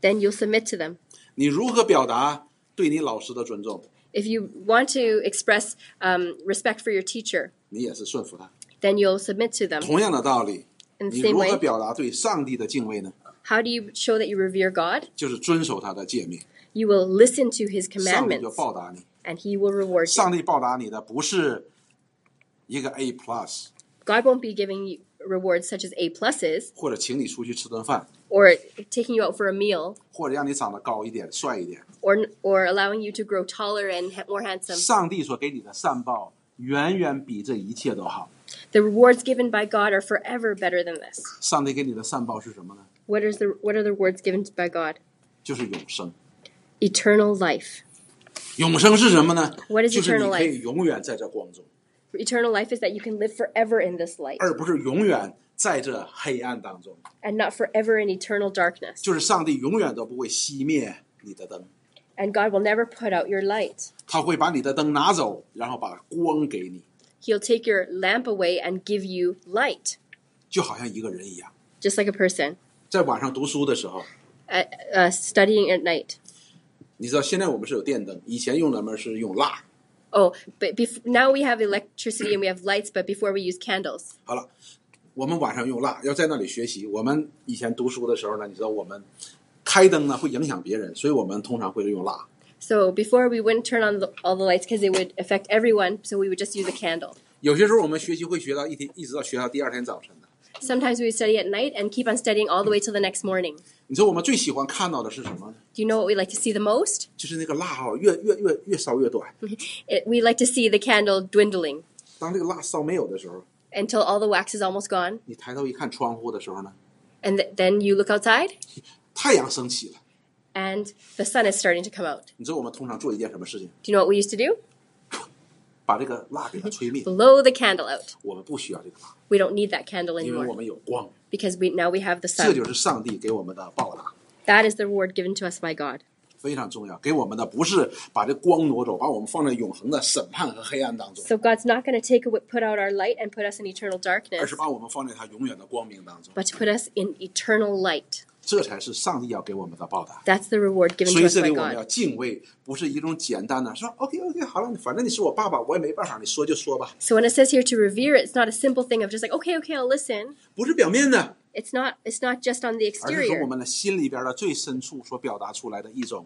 [SPEAKER 2] then you'll submit to them.
[SPEAKER 1] 你如何表达对你老师的尊重？
[SPEAKER 2] If you want to express um, respect for your teacher,
[SPEAKER 1] 你也是顺服他。
[SPEAKER 2] then you'll submit to them.
[SPEAKER 1] 同样的道理，
[SPEAKER 2] In the
[SPEAKER 1] 你
[SPEAKER 2] same
[SPEAKER 1] 如
[SPEAKER 2] way,
[SPEAKER 1] 何表达对上帝的敬畏呢？
[SPEAKER 2] how do you show that you revere God?
[SPEAKER 1] 就是遵守他的诫命，
[SPEAKER 2] You will listen to His
[SPEAKER 1] 上帝就
[SPEAKER 2] commandments,
[SPEAKER 1] 报答你。
[SPEAKER 2] and He will reward you.
[SPEAKER 1] 上帝报答你的不是一个 A plus，
[SPEAKER 2] God won't be giving you rewards such as A pluses
[SPEAKER 1] 或者请你出去吃顿饭，
[SPEAKER 2] or taking you out for a meal
[SPEAKER 1] 或者让你长得高一点、帅一点。
[SPEAKER 2] or or allowing you to grow taller and ha- more handsome.
[SPEAKER 1] 上帝所给你的善报，远远比这一切都好。
[SPEAKER 2] The rewards given by God are forever better than this.
[SPEAKER 1] 上帝给你的善报是什么呢？
[SPEAKER 2] What is the what are the rewards given by God?
[SPEAKER 1] 就是永生。
[SPEAKER 2] Eternal life.
[SPEAKER 1] 永生是什么呢？
[SPEAKER 2] What is
[SPEAKER 1] 就是你
[SPEAKER 2] eternal
[SPEAKER 1] 可以永远在这光中，
[SPEAKER 2] Eternal life is that you can live forever in this light
[SPEAKER 1] 而不是永远在这黑暗当中。
[SPEAKER 2] and not forever in eternal darkness.
[SPEAKER 1] 就是上帝永远都不会熄灭你的灯，
[SPEAKER 2] And God will never put out your light.
[SPEAKER 1] 他会把你的灯拿走，然后把光给你，
[SPEAKER 2] He'll take your lamp away and give you light,
[SPEAKER 1] 就好像一个人一样。
[SPEAKER 2] just like a person
[SPEAKER 1] 在晚上读书的时候，
[SPEAKER 2] uh, uh, studying at night.
[SPEAKER 1] 你知道现在我们是有电灯，以前用咱们是用蜡。
[SPEAKER 2] Oh, but bef- now we have electricity and we have lights, but before we use candles.
[SPEAKER 1] 好了，我们晚上用蜡，要在那里学习。我们以前读书的时候呢，你知道我们开灯呢会影响别人，所以我们通常会用蜡。
[SPEAKER 2] So before we wouldn't turn on the, all the lights because it would affect everyone. So we would just use a candle.
[SPEAKER 1] 有些时候我们学习会学到一天，一直到学到第二天早晨的。
[SPEAKER 2] Sometimes we would study at night and keep on studying all the way till the next morning.
[SPEAKER 1] 你说我们最喜欢看到的是什么呢？
[SPEAKER 2] Do you know what we like to see the most?
[SPEAKER 1] 就是那个蜡哈，越越越越烧越短。
[SPEAKER 2] It, we like to see the candle dwindling
[SPEAKER 1] 当这个蜡烧没有的时候，
[SPEAKER 2] until all the wax is almost gone,
[SPEAKER 1] 你抬头一看窗户的时候呢，
[SPEAKER 2] and th- then you look outside
[SPEAKER 1] 太阳升起了。
[SPEAKER 2] and the sun is starting to come out.
[SPEAKER 1] 你知道我们通常做一件什么事情？
[SPEAKER 2] Do you know what we used to do?
[SPEAKER 1] 把这个蜡给它吹灭。
[SPEAKER 2] Blow the candle out.
[SPEAKER 1] 我们不需要这个蜡，
[SPEAKER 2] We don't need that candle
[SPEAKER 1] 因为我
[SPEAKER 2] anymore
[SPEAKER 1] 们有光。
[SPEAKER 2] because we now we have the
[SPEAKER 1] 这
[SPEAKER 2] sun.
[SPEAKER 1] 就是上帝给我们的报答，
[SPEAKER 2] That is the reward given to us by God.
[SPEAKER 1] 非常重要。给我们的不是把这光挪走，把我们放在永恒的审判和黑暗当中，
[SPEAKER 2] So God's not going to take away, put out our light and put us in eternal
[SPEAKER 1] 而
[SPEAKER 2] darkness,
[SPEAKER 1] 是把我们放在他永远的光明当中。
[SPEAKER 2] but to put us in eternal light.
[SPEAKER 1] 这才是上帝要给我们的报答。
[SPEAKER 2] That's the reward given
[SPEAKER 1] 所
[SPEAKER 2] to
[SPEAKER 1] 以
[SPEAKER 2] us
[SPEAKER 1] 这
[SPEAKER 2] by
[SPEAKER 1] 里我们要
[SPEAKER 2] God.
[SPEAKER 1] 敬畏，不是一种简单的说 “OK OK” 好了，反正你是我爸爸，我也没办法，你说就说吧，
[SPEAKER 2] So when it says here to revere, it's not a simple thing of just like okay, okay, I'll listen.
[SPEAKER 1] 不是表面的，
[SPEAKER 2] It's not. It's not just on the
[SPEAKER 1] 而是从
[SPEAKER 2] exterior,
[SPEAKER 1] 我们的心里边的最深处所表达出来的一种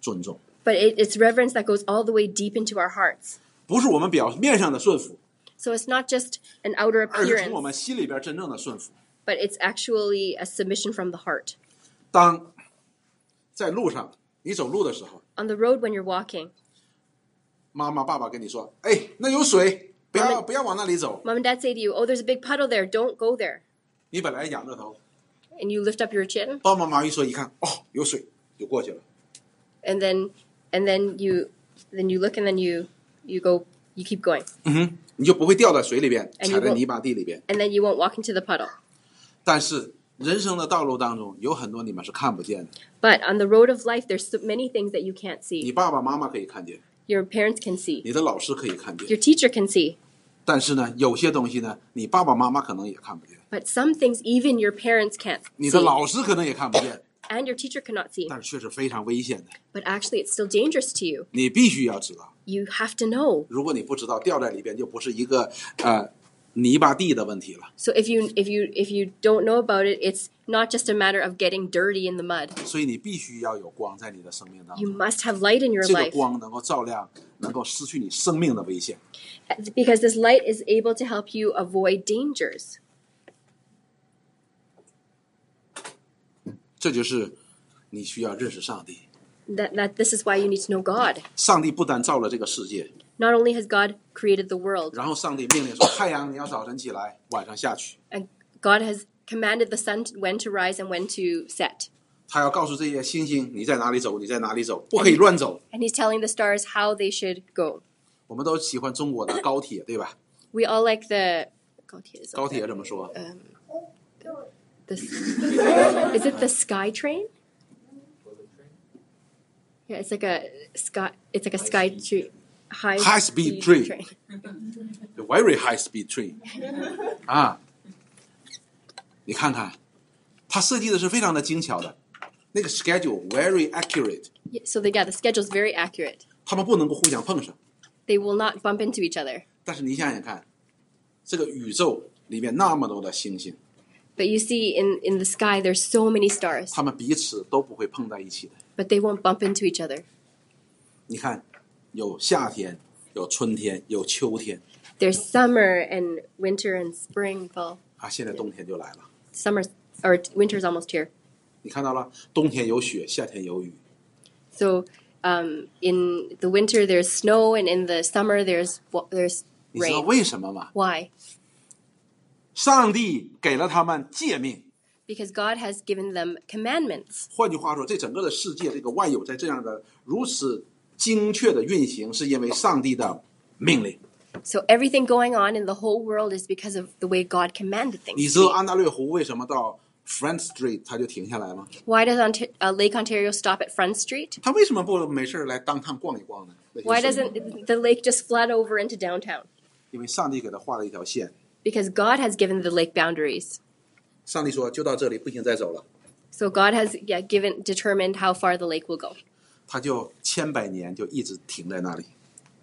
[SPEAKER 1] 尊重，
[SPEAKER 2] but it, it's reverence that goes all the way deep into our hearts.
[SPEAKER 1] 不是我们表面上的顺服，
[SPEAKER 2] So it's not just an outer
[SPEAKER 1] 而是从我
[SPEAKER 2] appearance,
[SPEAKER 1] 们心里边真正的顺服。
[SPEAKER 2] but it's actually a submission from the heart.
[SPEAKER 1] 当在路上你走路的时候，
[SPEAKER 2] On the road when you're walking,
[SPEAKER 1] 妈妈、爸爸跟你说：“哎，那有水，不要不要往那里走。
[SPEAKER 2] mom and dad say to you, "Oh, there's a big puddle there. Don't go there." ”
[SPEAKER 1] 你本来仰着头，
[SPEAKER 2] And you lift up your chin,
[SPEAKER 1] 爸爸妈妈一说，一看，哦，有水，就过去了。
[SPEAKER 2] and then and then you then you look and then you you go you keep going,
[SPEAKER 1] 嗯哼，你就不会掉在水里边，
[SPEAKER 2] 哎
[SPEAKER 1] 踩
[SPEAKER 2] 如
[SPEAKER 1] 在
[SPEAKER 2] 果
[SPEAKER 1] 泥巴地里边。
[SPEAKER 2] and then you won't walk into the puddle.
[SPEAKER 1] 但是人生的道路当中，有很多你们是看不见的。
[SPEAKER 2] But on the road of life, there's so many things that you can't
[SPEAKER 1] 你
[SPEAKER 2] see.
[SPEAKER 1] 爸爸妈妈可以看见，
[SPEAKER 2] Your parents can see.
[SPEAKER 1] 你的老师可以看见，
[SPEAKER 2] Your teacher can see.
[SPEAKER 1] 但是呢，有些东西呢，你爸爸妈妈可能也看不见，
[SPEAKER 2] But some things even your parents can't
[SPEAKER 1] 你
[SPEAKER 2] see,
[SPEAKER 1] 的老师可能也看不见，
[SPEAKER 2] and your teacher cannot see.
[SPEAKER 1] 但是却是非常危险的。
[SPEAKER 2] But actually, it's still dangerous to you.
[SPEAKER 1] 你必须要知道，
[SPEAKER 2] You have to know.
[SPEAKER 1] 如果你不知道，掉在里边就不是一个呃泥巴地的问题了。
[SPEAKER 2] So if you if you if you don't know about it, it's not just a matter of getting dirty in the mud.
[SPEAKER 1] 所以你必须要有光在你的生命当
[SPEAKER 2] You
[SPEAKER 1] 中，
[SPEAKER 2] must have light in your
[SPEAKER 1] 这个
[SPEAKER 2] life
[SPEAKER 1] 光能够照亮，能够失去你生命的危险。
[SPEAKER 2] Uh, because this light is able to help you avoid dangers.
[SPEAKER 1] 这就是你需要认识上帝。
[SPEAKER 2] That that this is why you need to know God.
[SPEAKER 1] 上帝不单造了这个世界，
[SPEAKER 2] Not only has God created the world,
[SPEAKER 1] 然后上帝命令说：“太阳你要早晨起来，晚上下去。
[SPEAKER 2] and God has commanded the sun when to rise and when to set. ”
[SPEAKER 1] 他要告诉这些星星你在哪里走，你在哪里走，不可以乱走。
[SPEAKER 2] And he's telling the stars how they should go.
[SPEAKER 1] 我们都喜欢中国的高铁，对吧？
[SPEAKER 2] We all like the 高铁 is Um,
[SPEAKER 1] 高铁怎么说？
[SPEAKER 2] the s- is it the sky train? Yeah, it's like a sky. It's like a sky train. High,
[SPEAKER 1] High speed train. The very high speed train 啊，你看看，它设计的是非常的精巧的，那个 schedule very accurate，
[SPEAKER 2] Yeah, so the, yeah, the schedule's very accurate.
[SPEAKER 1] 他们不能够互相碰上。
[SPEAKER 2] They will not bump into each other.
[SPEAKER 1] 但是你想想看，这个宇宙里面那么多的星星，
[SPEAKER 2] But you see, in in the sky, there's so many stars,
[SPEAKER 1] 它们彼此都不会碰在一起的。
[SPEAKER 2] but they won't bump into each other.
[SPEAKER 1] 你看，有夏天，有春天，有秋天
[SPEAKER 2] There's summer and winter and spring, fall.
[SPEAKER 1] 啊，现在冬天就来了。
[SPEAKER 2] Summer or winter's almost here.
[SPEAKER 1] 你看到了，冬天有雪，夏天有雨，
[SPEAKER 2] So um, in the winter there's snow, and in the summer there's wa- there's
[SPEAKER 1] 你知道
[SPEAKER 2] rain.
[SPEAKER 1] 为什么吗？
[SPEAKER 2] Why?
[SPEAKER 1] 上帝给了他们诫命。
[SPEAKER 2] Because God has given them commandments.
[SPEAKER 1] 换句话说，这整个的世界，这个万有在这样的如此精确的运行，是因为上帝的命令。
[SPEAKER 2] So everything going on in the whole world is because of the way God commanded
[SPEAKER 1] 你
[SPEAKER 2] things.
[SPEAKER 1] 知道安大略湖为什么到 Front Street 它就停下来吗？
[SPEAKER 2] Why does Ont- uh, Lake Ontario stop at Front Street?
[SPEAKER 1] 它为什么不没事儿来当趟逛一逛呢
[SPEAKER 2] Why
[SPEAKER 1] 那些水
[SPEAKER 2] doesn't the lake just flood over into downtown?
[SPEAKER 1] 因为上帝给他画了一条线，
[SPEAKER 2] Because God has given the lake boundaries.
[SPEAKER 1] 上帝说就到这里，不行再走了。
[SPEAKER 2] So God has yeah, given determined how far the lake will go.
[SPEAKER 1] 他就千百年就一直停在那里。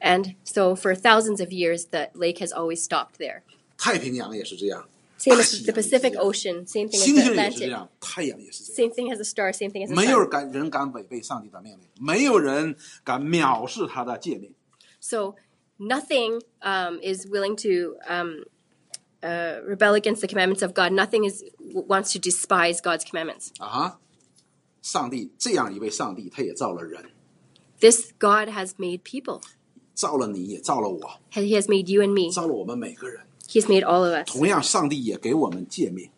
[SPEAKER 2] And so for thousands of years the lake has always stopped there.
[SPEAKER 1] 太平洋也是这样，
[SPEAKER 2] Same as the
[SPEAKER 1] 大西洋也是
[SPEAKER 2] Pacific
[SPEAKER 1] 这样。
[SPEAKER 2] Ocean. Same thing
[SPEAKER 1] 星
[SPEAKER 2] as the
[SPEAKER 1] 星也是这
[SPEAKER 2] Atlantic.
[SPEAKER 1] 样，太阳也是这样。
[SPEAKER 2] Same thing as a star. Same thing as a
[SPEAKER 1] 没有
[SPEAKER 2] sun.
[SPEAKER 1] 敢人敢违背上帝的命令，没有人敢藐视他的诫命。
[SPEAKER 2] So nothing um, is willing to um, uh, rebel against the commandments of God. Nothing is w- wants to despise God's commandments.
[SPEAKER 1] 啊哈！上帝这样一位上帝，他也造了人，
[SPEAKER 2] This God has made people.
[SPEAKER 1] 造了你，也造了我，
[SPEAKER 2] He has made you and me.
[SPEAKER 1] 造了我们每个人。
[SPEAKER 2] He has made all of us.
[SPEAKER 1] 同样，上帝也给我们诫命，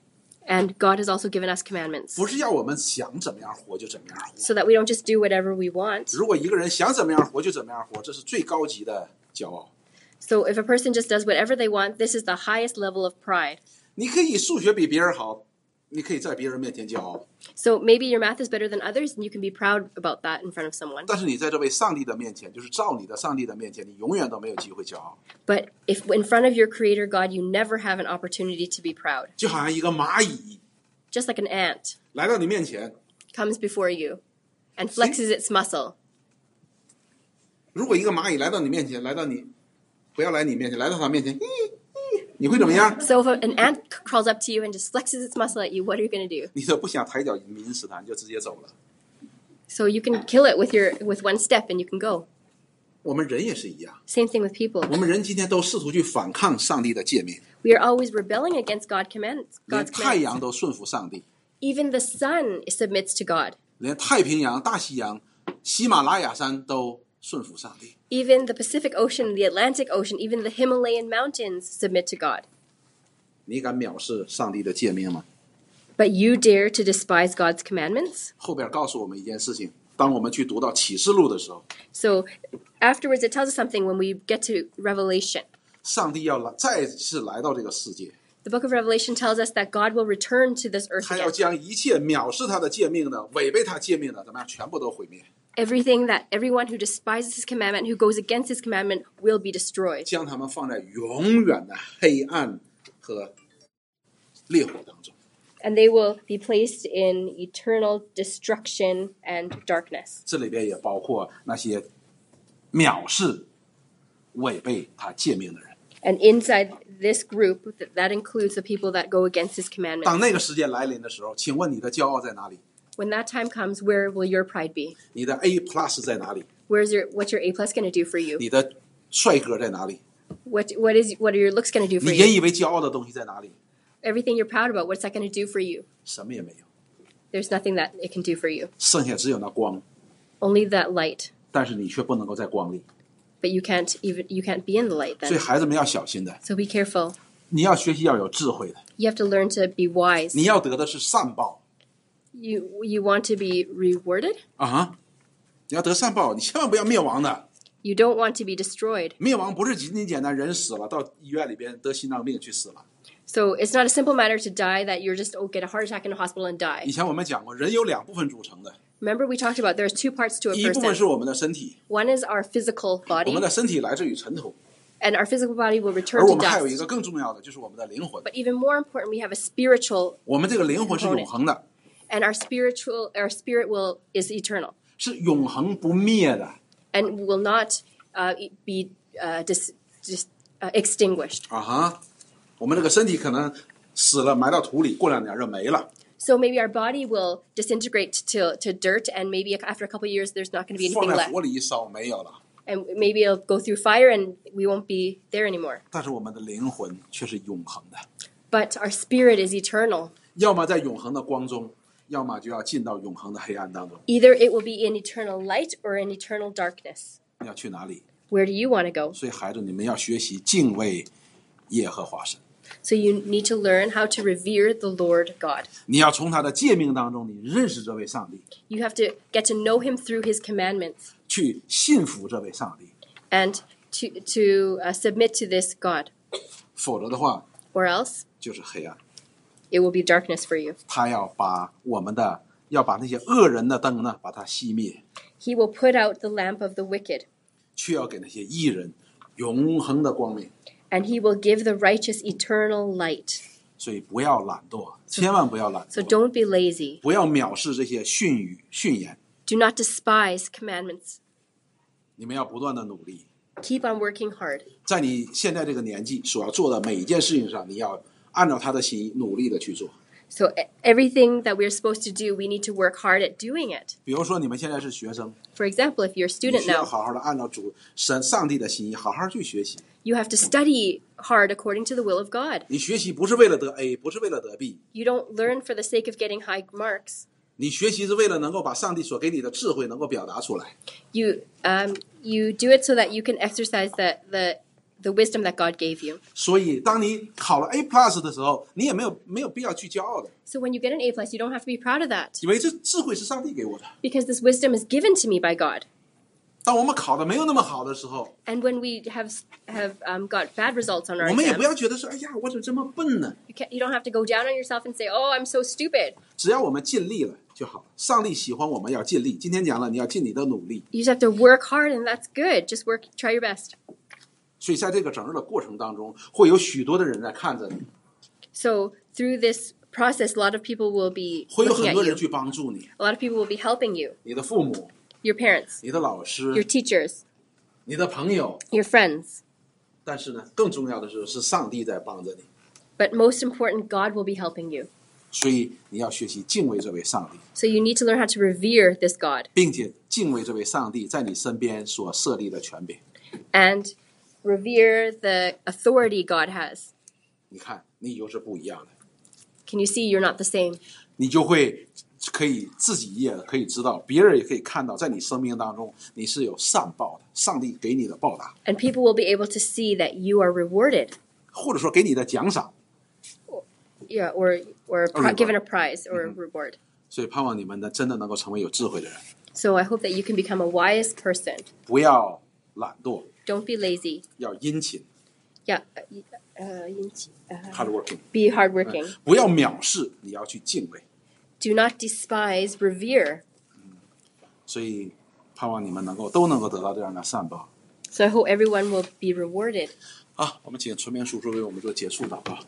[SPEAKER 2] And God has also given us commandments
[SPEAKER 1] 不是要我们想怎么样活就怎么样活。
[SPEAKER 2] so that we don't just do whatever we want.
[SPEAKER 1] 如果一个人想怎么样活就怎么样活，这是最高级的骄傲。
[SPEAKER 2] So if a person just does whatever they want, this is the highest level of pride.
[SPEAKER 1] 你可以数学比别人好，你可以在别人面前骄傲，
[SPEAKER 2] So maybe your math is better than others and you can be proud about that in front of someone.
[SPEAKER 1] 但是你在这位上帝的面前，就是造你的上帝的面前，你永远都没有机会骄傲。
[SPEAKER 2] But if in front of your creator God, you never have an opportunity to be proud.
[SPEAKER 1] 就好像一个蚂蚁
[SPEAKER 2] Just like an ant
[SPEAKER 1] 来到你面前，
[SPEAKER 2] comes before you and flexes its muscle.
[SPEAKER 1] 如果一个蚂蚁来到你面前，来到你，不要来你面前，来到它面前，咦咦你会怎么样？
[SPEAKER 2] So if a- an ant c- crawls up to you and just flexes its muscle at you, what are you going to do?
[SPEAKER 1] 你都不想抬脚抿死它，你就直接走了。
[SPEAKER 2] So you can kill it with your with one step and you can go.
[SPEAKER 1] 我们人也是一样，
[SPEAKER 2] Same thing with people.
[SPEAKER 1] 我们人今天都试图去反抗上帝的诫命，
[SPEAKER 2] We are always rebelling against God commands,
[SPEAKER 1] 连
[SPEAKER 2] God's
[SPEAKER 1] 太
[SPEAKER 2] commands.
[SPEAKER 1] 阳都顺服上帝，
[SPEAKER 2] Even the sun submits to God.
[SPEAKER 1] 连太平洋、大西洋、喜马拉雅山都顺服上帝。
[SPEAKER 2] Even the Pacific Ocean, the Atlantic Ocean, even the Himalayan mountains submit to God.
[SPEAKER 1] 你敢藐视上帝的诫命吗？
[SPEAKER 2] But you dare to despise God's commandments?
[SPEAKER 1] 后边告诉我们一件事情：当我们去读到启示录的时候，
[SPEAKER 2] So afterwards, it tells us something when we get to Revelation.
[SPEAKER 1] 上帝要来再次来到这个世界，
[SPEAKER 2] The book of Revelation tells us that God will return to this earth
[SPEAKER 1] 他要
[SPEAKER 2] again.
[SPEAKER 1] 将一切藐视他的诫命的、违背他诫命的，怎么样，全部都毁灭，
[SPEAKER 2] Everything that everyone who despises his commandment, who goes against his commandment, will be destroyed.
[SPEAKER 1] 将他们放在永远的黑暗和烈火当中。
[SPEAKER 2] And they will be placed in eternal destruction and darkness.
[SPEAKER 1] 这里边也包括那些藐视、违背他诫命的人。
[SPEAKER 2] And inside this group, th- that includes the people that go against his commandment.
[SPEAKER 1] 当那个时间来临的时候，请问你的骄傲在哪里？
[SPEAKER 2] When that time comes, where will your pride be?
[SPEAKER 1] 你的 A plus 在哪里？
[SPEAKER 2] Where's your what's your A plus going to do for you?
[SPEAKER 1] 你的帅哥在哪里？
[SPEAKER 2] What what is what are your looks going to do for
[SPEAKER 1] 你引
[SPEAKER 2] you?
[SPEAKER 1] 以为骄傲的东西在哪里？
[SPEAKER 2] Everything you're proud about, what's that going to do for you?
[SPEAKER 1] 什么也没有，
[SPEAKER 2] There's nothing that it can do for you,
[SPEAKER 1] 剩下只有那光，
[SPEAKER 2] only that light.
[SPEAKER 1] 但是你却不能够在光里。
[SPEAKER 2] But you can't even you can't be in the light
[SPEAKER 1] 所以
[SPEAKER 2] then.
[SPEAKER 1] 孩子们要小心的，
[SPEAKER 2] So be careful.
[SPEAKER 1] 你要学习要有智慧的，
[SPEAKER 2] You have to learn to be wise.
[SPEAKER 1] 你要得的是善报。
[SPEAKER 2] You you want to be rewarded.
[SPEAKER 1] 啊哈！你要得善报，你千万不要灭亡的。
[SPEAKER 2] You don't want to be destroyed.
[SPEAKER 1] 灭亡不是仅仅简单人死了，到医院里边得心脏病去死了。
[SPEAKER 2] So it's not a simple matter to die that you're just oh get a heart attack in a hospital and
[SPEAKER 1] 以
[SPEAKER 2] die.
[SPEAKER 1] 前我们讲过，人有两部分组成的，
[SPEAKER 2] Remember we talked about there's two parts to a
[SPEAKER 1] 一部分是
[SPEAKER 2] person.
[SPEAKER 1] 我们的身体，
[SPEAKER 2] One is our physical
[SPEAKER 1] 我
[SPEAKER 2] body,
[SPEAKER 1] 们的身体来自于尘土，
[SPEAKER 2] and our physical body will
[SPEAKER 1] 而
[SPEAKER 2] return
[SPEAKER 1] 我
[SPEAKER 2] to
[SPEAKER 1] 们还有一
[SPEAKER 2] dust.
[SPEAKER 1] 个更重要的，就是我们的灵魂。
[SPEAKER 2] But even more important, we have a spiritual,
[SPEAKER 1] 我们这个灵魂是永恒的，
[SPEAKER 2] and our spiritual, our spirit will is eternal.
[SPEAKER 1] 是永恒不灭的
[SPEAKER 2] and will not uh, e- be uh, dis, dis, uh, extinguished.
[SPEAKER 1] 啊哈！我们这个身体可能死了，埋到土里，过两年就没了。
[SPEAKER 2] So maybe our body will disintegrate to, to dirt, and maybe after a couple of years, there's not going to be
[SPEAKER 1] 放
[SPEAKER 2] anything
[SPEAKER 1] 在
[SPEAKER 2] left.
[SPEAKER 1] 火里一烧没有了，
[SPEAKER 2] And maybe it'll go through fire, and we won't be there anymore.
[SPEAKER 1] 但是我们的灵魂却是永恒的，
[SPEAKER 2] But our spirit is eternal.
[SPEAKER 1] 要么在永恒的光中，要么就要进到永恒的黑暗当中。
[SPEAKER 2] Either it will be in eternal light or in eternal darkness.
[SPEAKER 1] 要去哪里？
[SPEAKER 2] Where do you want to go?
[SPEAKER 1] 所以孩子，你们要学习敬畏耶和华神，
[SPEAKER 2] So you need to learn how to revere the Lord God.
[SPEAKER 1] 你要从他的诫命当中，你认识这位上帝，
[SPEAKER 2] You have to get to know Him through His commandments
[SPEAKER 1] 去信服这位上帝，
[SPEAKER 2] and to, to uh, submit to this God,
[SPEAKER 1] 否则的话
[SPEAKER 2] or else
[SPEAKER 1] 就是黑暗。
[SPEAKER 2] it will be darkness for you.
[SPEAKER 1] 他要把我们的，要把那些恶人的灯呢，把它熄灭，
[SPEAKER 2] He will put out the lamp of the wicked,
[SPEAKER 1] 却要给那些艺人永恒的光明。
[SPEAKER 2] and he will give the righteous eternal light.
[SPEAKER 1] 所以不要懒惰，千万不要懒
[SPEAKER 2] So
[SPEAKER 1] 惰，
[SPEAKER 2] don't be lazy.
[SPEAKER 1] 不要藐视这些训语、训言。
[SPEAKER 2] Do not despise commandments.
[SPEAKER 1] 你们要不断的努力，
[SPEAKER 2] Keep on working hard.
[SPEAKER 1] 在你现在这个年纪所要做的每一件事情上，你要按照他的心意努力的去做。
[SPEAKER 2] So e- everything that we're supposed to do, we need to work hard at doing it.
[SPEAKER 1] 比如说，你们现在是学生，
[SPEAKER 2] For example, if you're a
[SPEAKER 1] 你
[SPEAKER 2] student
[SPEAKER 1] 需要
[SPEAKER 2] now,
[SPEAKER 1] 好好的按照主神上帝的心意，好好去学习。
[SPEAKER 2] you have to study hard according to the will of God.
[SPEAKER 1] 你学习不是为了得 A，不是为了得 B，
[SPEAKER 2] You don't learn for the sake of getting high marks.
[SPEAKER 1] 你学习是为了能够把上帝所给你的智慧能够表达出来。
[SPEAKER 2] You um, you do it so that you can exercise the the the wisdom that God gave you.
[SPEAKER 1] 所以，当你考了 A plus 的时候，你也没有没有必要去骄傲的，
[SPEAKER 2] So when you get an A plus, you don't have to be proud of that
[SPEAKER 1] 因为这智慧是上帝给我的。
[SPEAKER 2] because this wisdom is given to me by God.
[SPEAKER 1] 当我们考的没有那么好的时候，
[SPEAKER 2] And when we have have um, got bad results on our
[SPEAKER 1] 我们也
[SPEAKER 2] exam,
[SPEAKER 1] 不要觉得说，哎呀，我怎么这么笨呢？
[SPEAKER 2] you, can't, you don't have to go down on yourself and say, "Oh, I'm so stupid."
[SPEAKER 1] 只要我们尽力了就好了。上帝喜欢我们要尽力。今天讲了，你要尽你的努力。
[SPEAKER 2] You just have to work hard, and that's good. Just work, try your best.
[SPEAKER 1] 所以，在这个整个的过程当中，会有许多的人在看着你，
[SPEAKER 2] So through this process, a lot of people will be
[SPEAKER 1] 会有
[SPEAKER 2] looking
[SPEAKER 1] 很
[SPEAKER 2] at
[SPEAKER 1] 多人
[SPEAKER 2] you.
[SPEAKER 1] 去帮助你，
[SPEAKER 2] A lot of people will be helping you.
[SPEAKER 1] 你的父母、
[SPEAKER 2] Your parents,
[SPEAKER 1] 你的老
[SPEAKER 2] your
[SPEAKER 1] 师、
[SPEAKER 2] teachers,
[SPEAKER 1] 你的朋友。
[SPEAKER 2] your friends.
[SPEAKER 1] 但是呢，更重要的是，是上帝在帮着你。
[SPEAKER 2] But most important, God will be helping you.
[SPEAKER 1] 所以，你要学习敬畏这位上帝，
[SPEAKER 2] So you need to learn how to revere this God
[SPEAKER 1] 并且敬畏这位上帝在你身边所设立的权柄。
[SPEAKER 2] and revere the authority God has.
[SPEAKER 1] 你看，你就是不一样的，
[SPEAKER 2] Can you see you're not the same?
[SPEAKER 1] 你就会可以自己也可以知道，别人也可以看到，在你生命当中你是有善报的，上帝给你的报答，
[SPEAKER 2] And people will be able to see that you are rewarded,
[SPEAKER 1] 或者说给你的奖赏。
[SPEAKER 2] yeah, or or pri-
[SPEAKER 1] reward.
[SPEAKER 2] given a prize or a reward.
[SPEAKER 1] 所以盼望你们呢，真的能够成为有智慧的人，
[SPEAKER 2] So I hope that you can become a wise person.
[SPEAKER 1] 不要懒惰，
[SPEAKER 2] Don't be lazy.
[SPEAKER 1] 要殷勤
[SPEAKER 2] Yeah, uh, uh, you- uh,
[SPEAKER 1] （hard working），
[SPEAKER 2] be hardworking.
[SPEAKER 1] 不要藐视，你要去敬畏。
[SPEAKER 2] Do not despise. Revere.
[SPEAKER 1] 所以盼望你们能够都能够得到这样的善报。
[SPEAKER 2] So I hope everyone will be rewarded.
[SPEAKER 1] 好，我们请纯明叔叔为我们做结束祷告。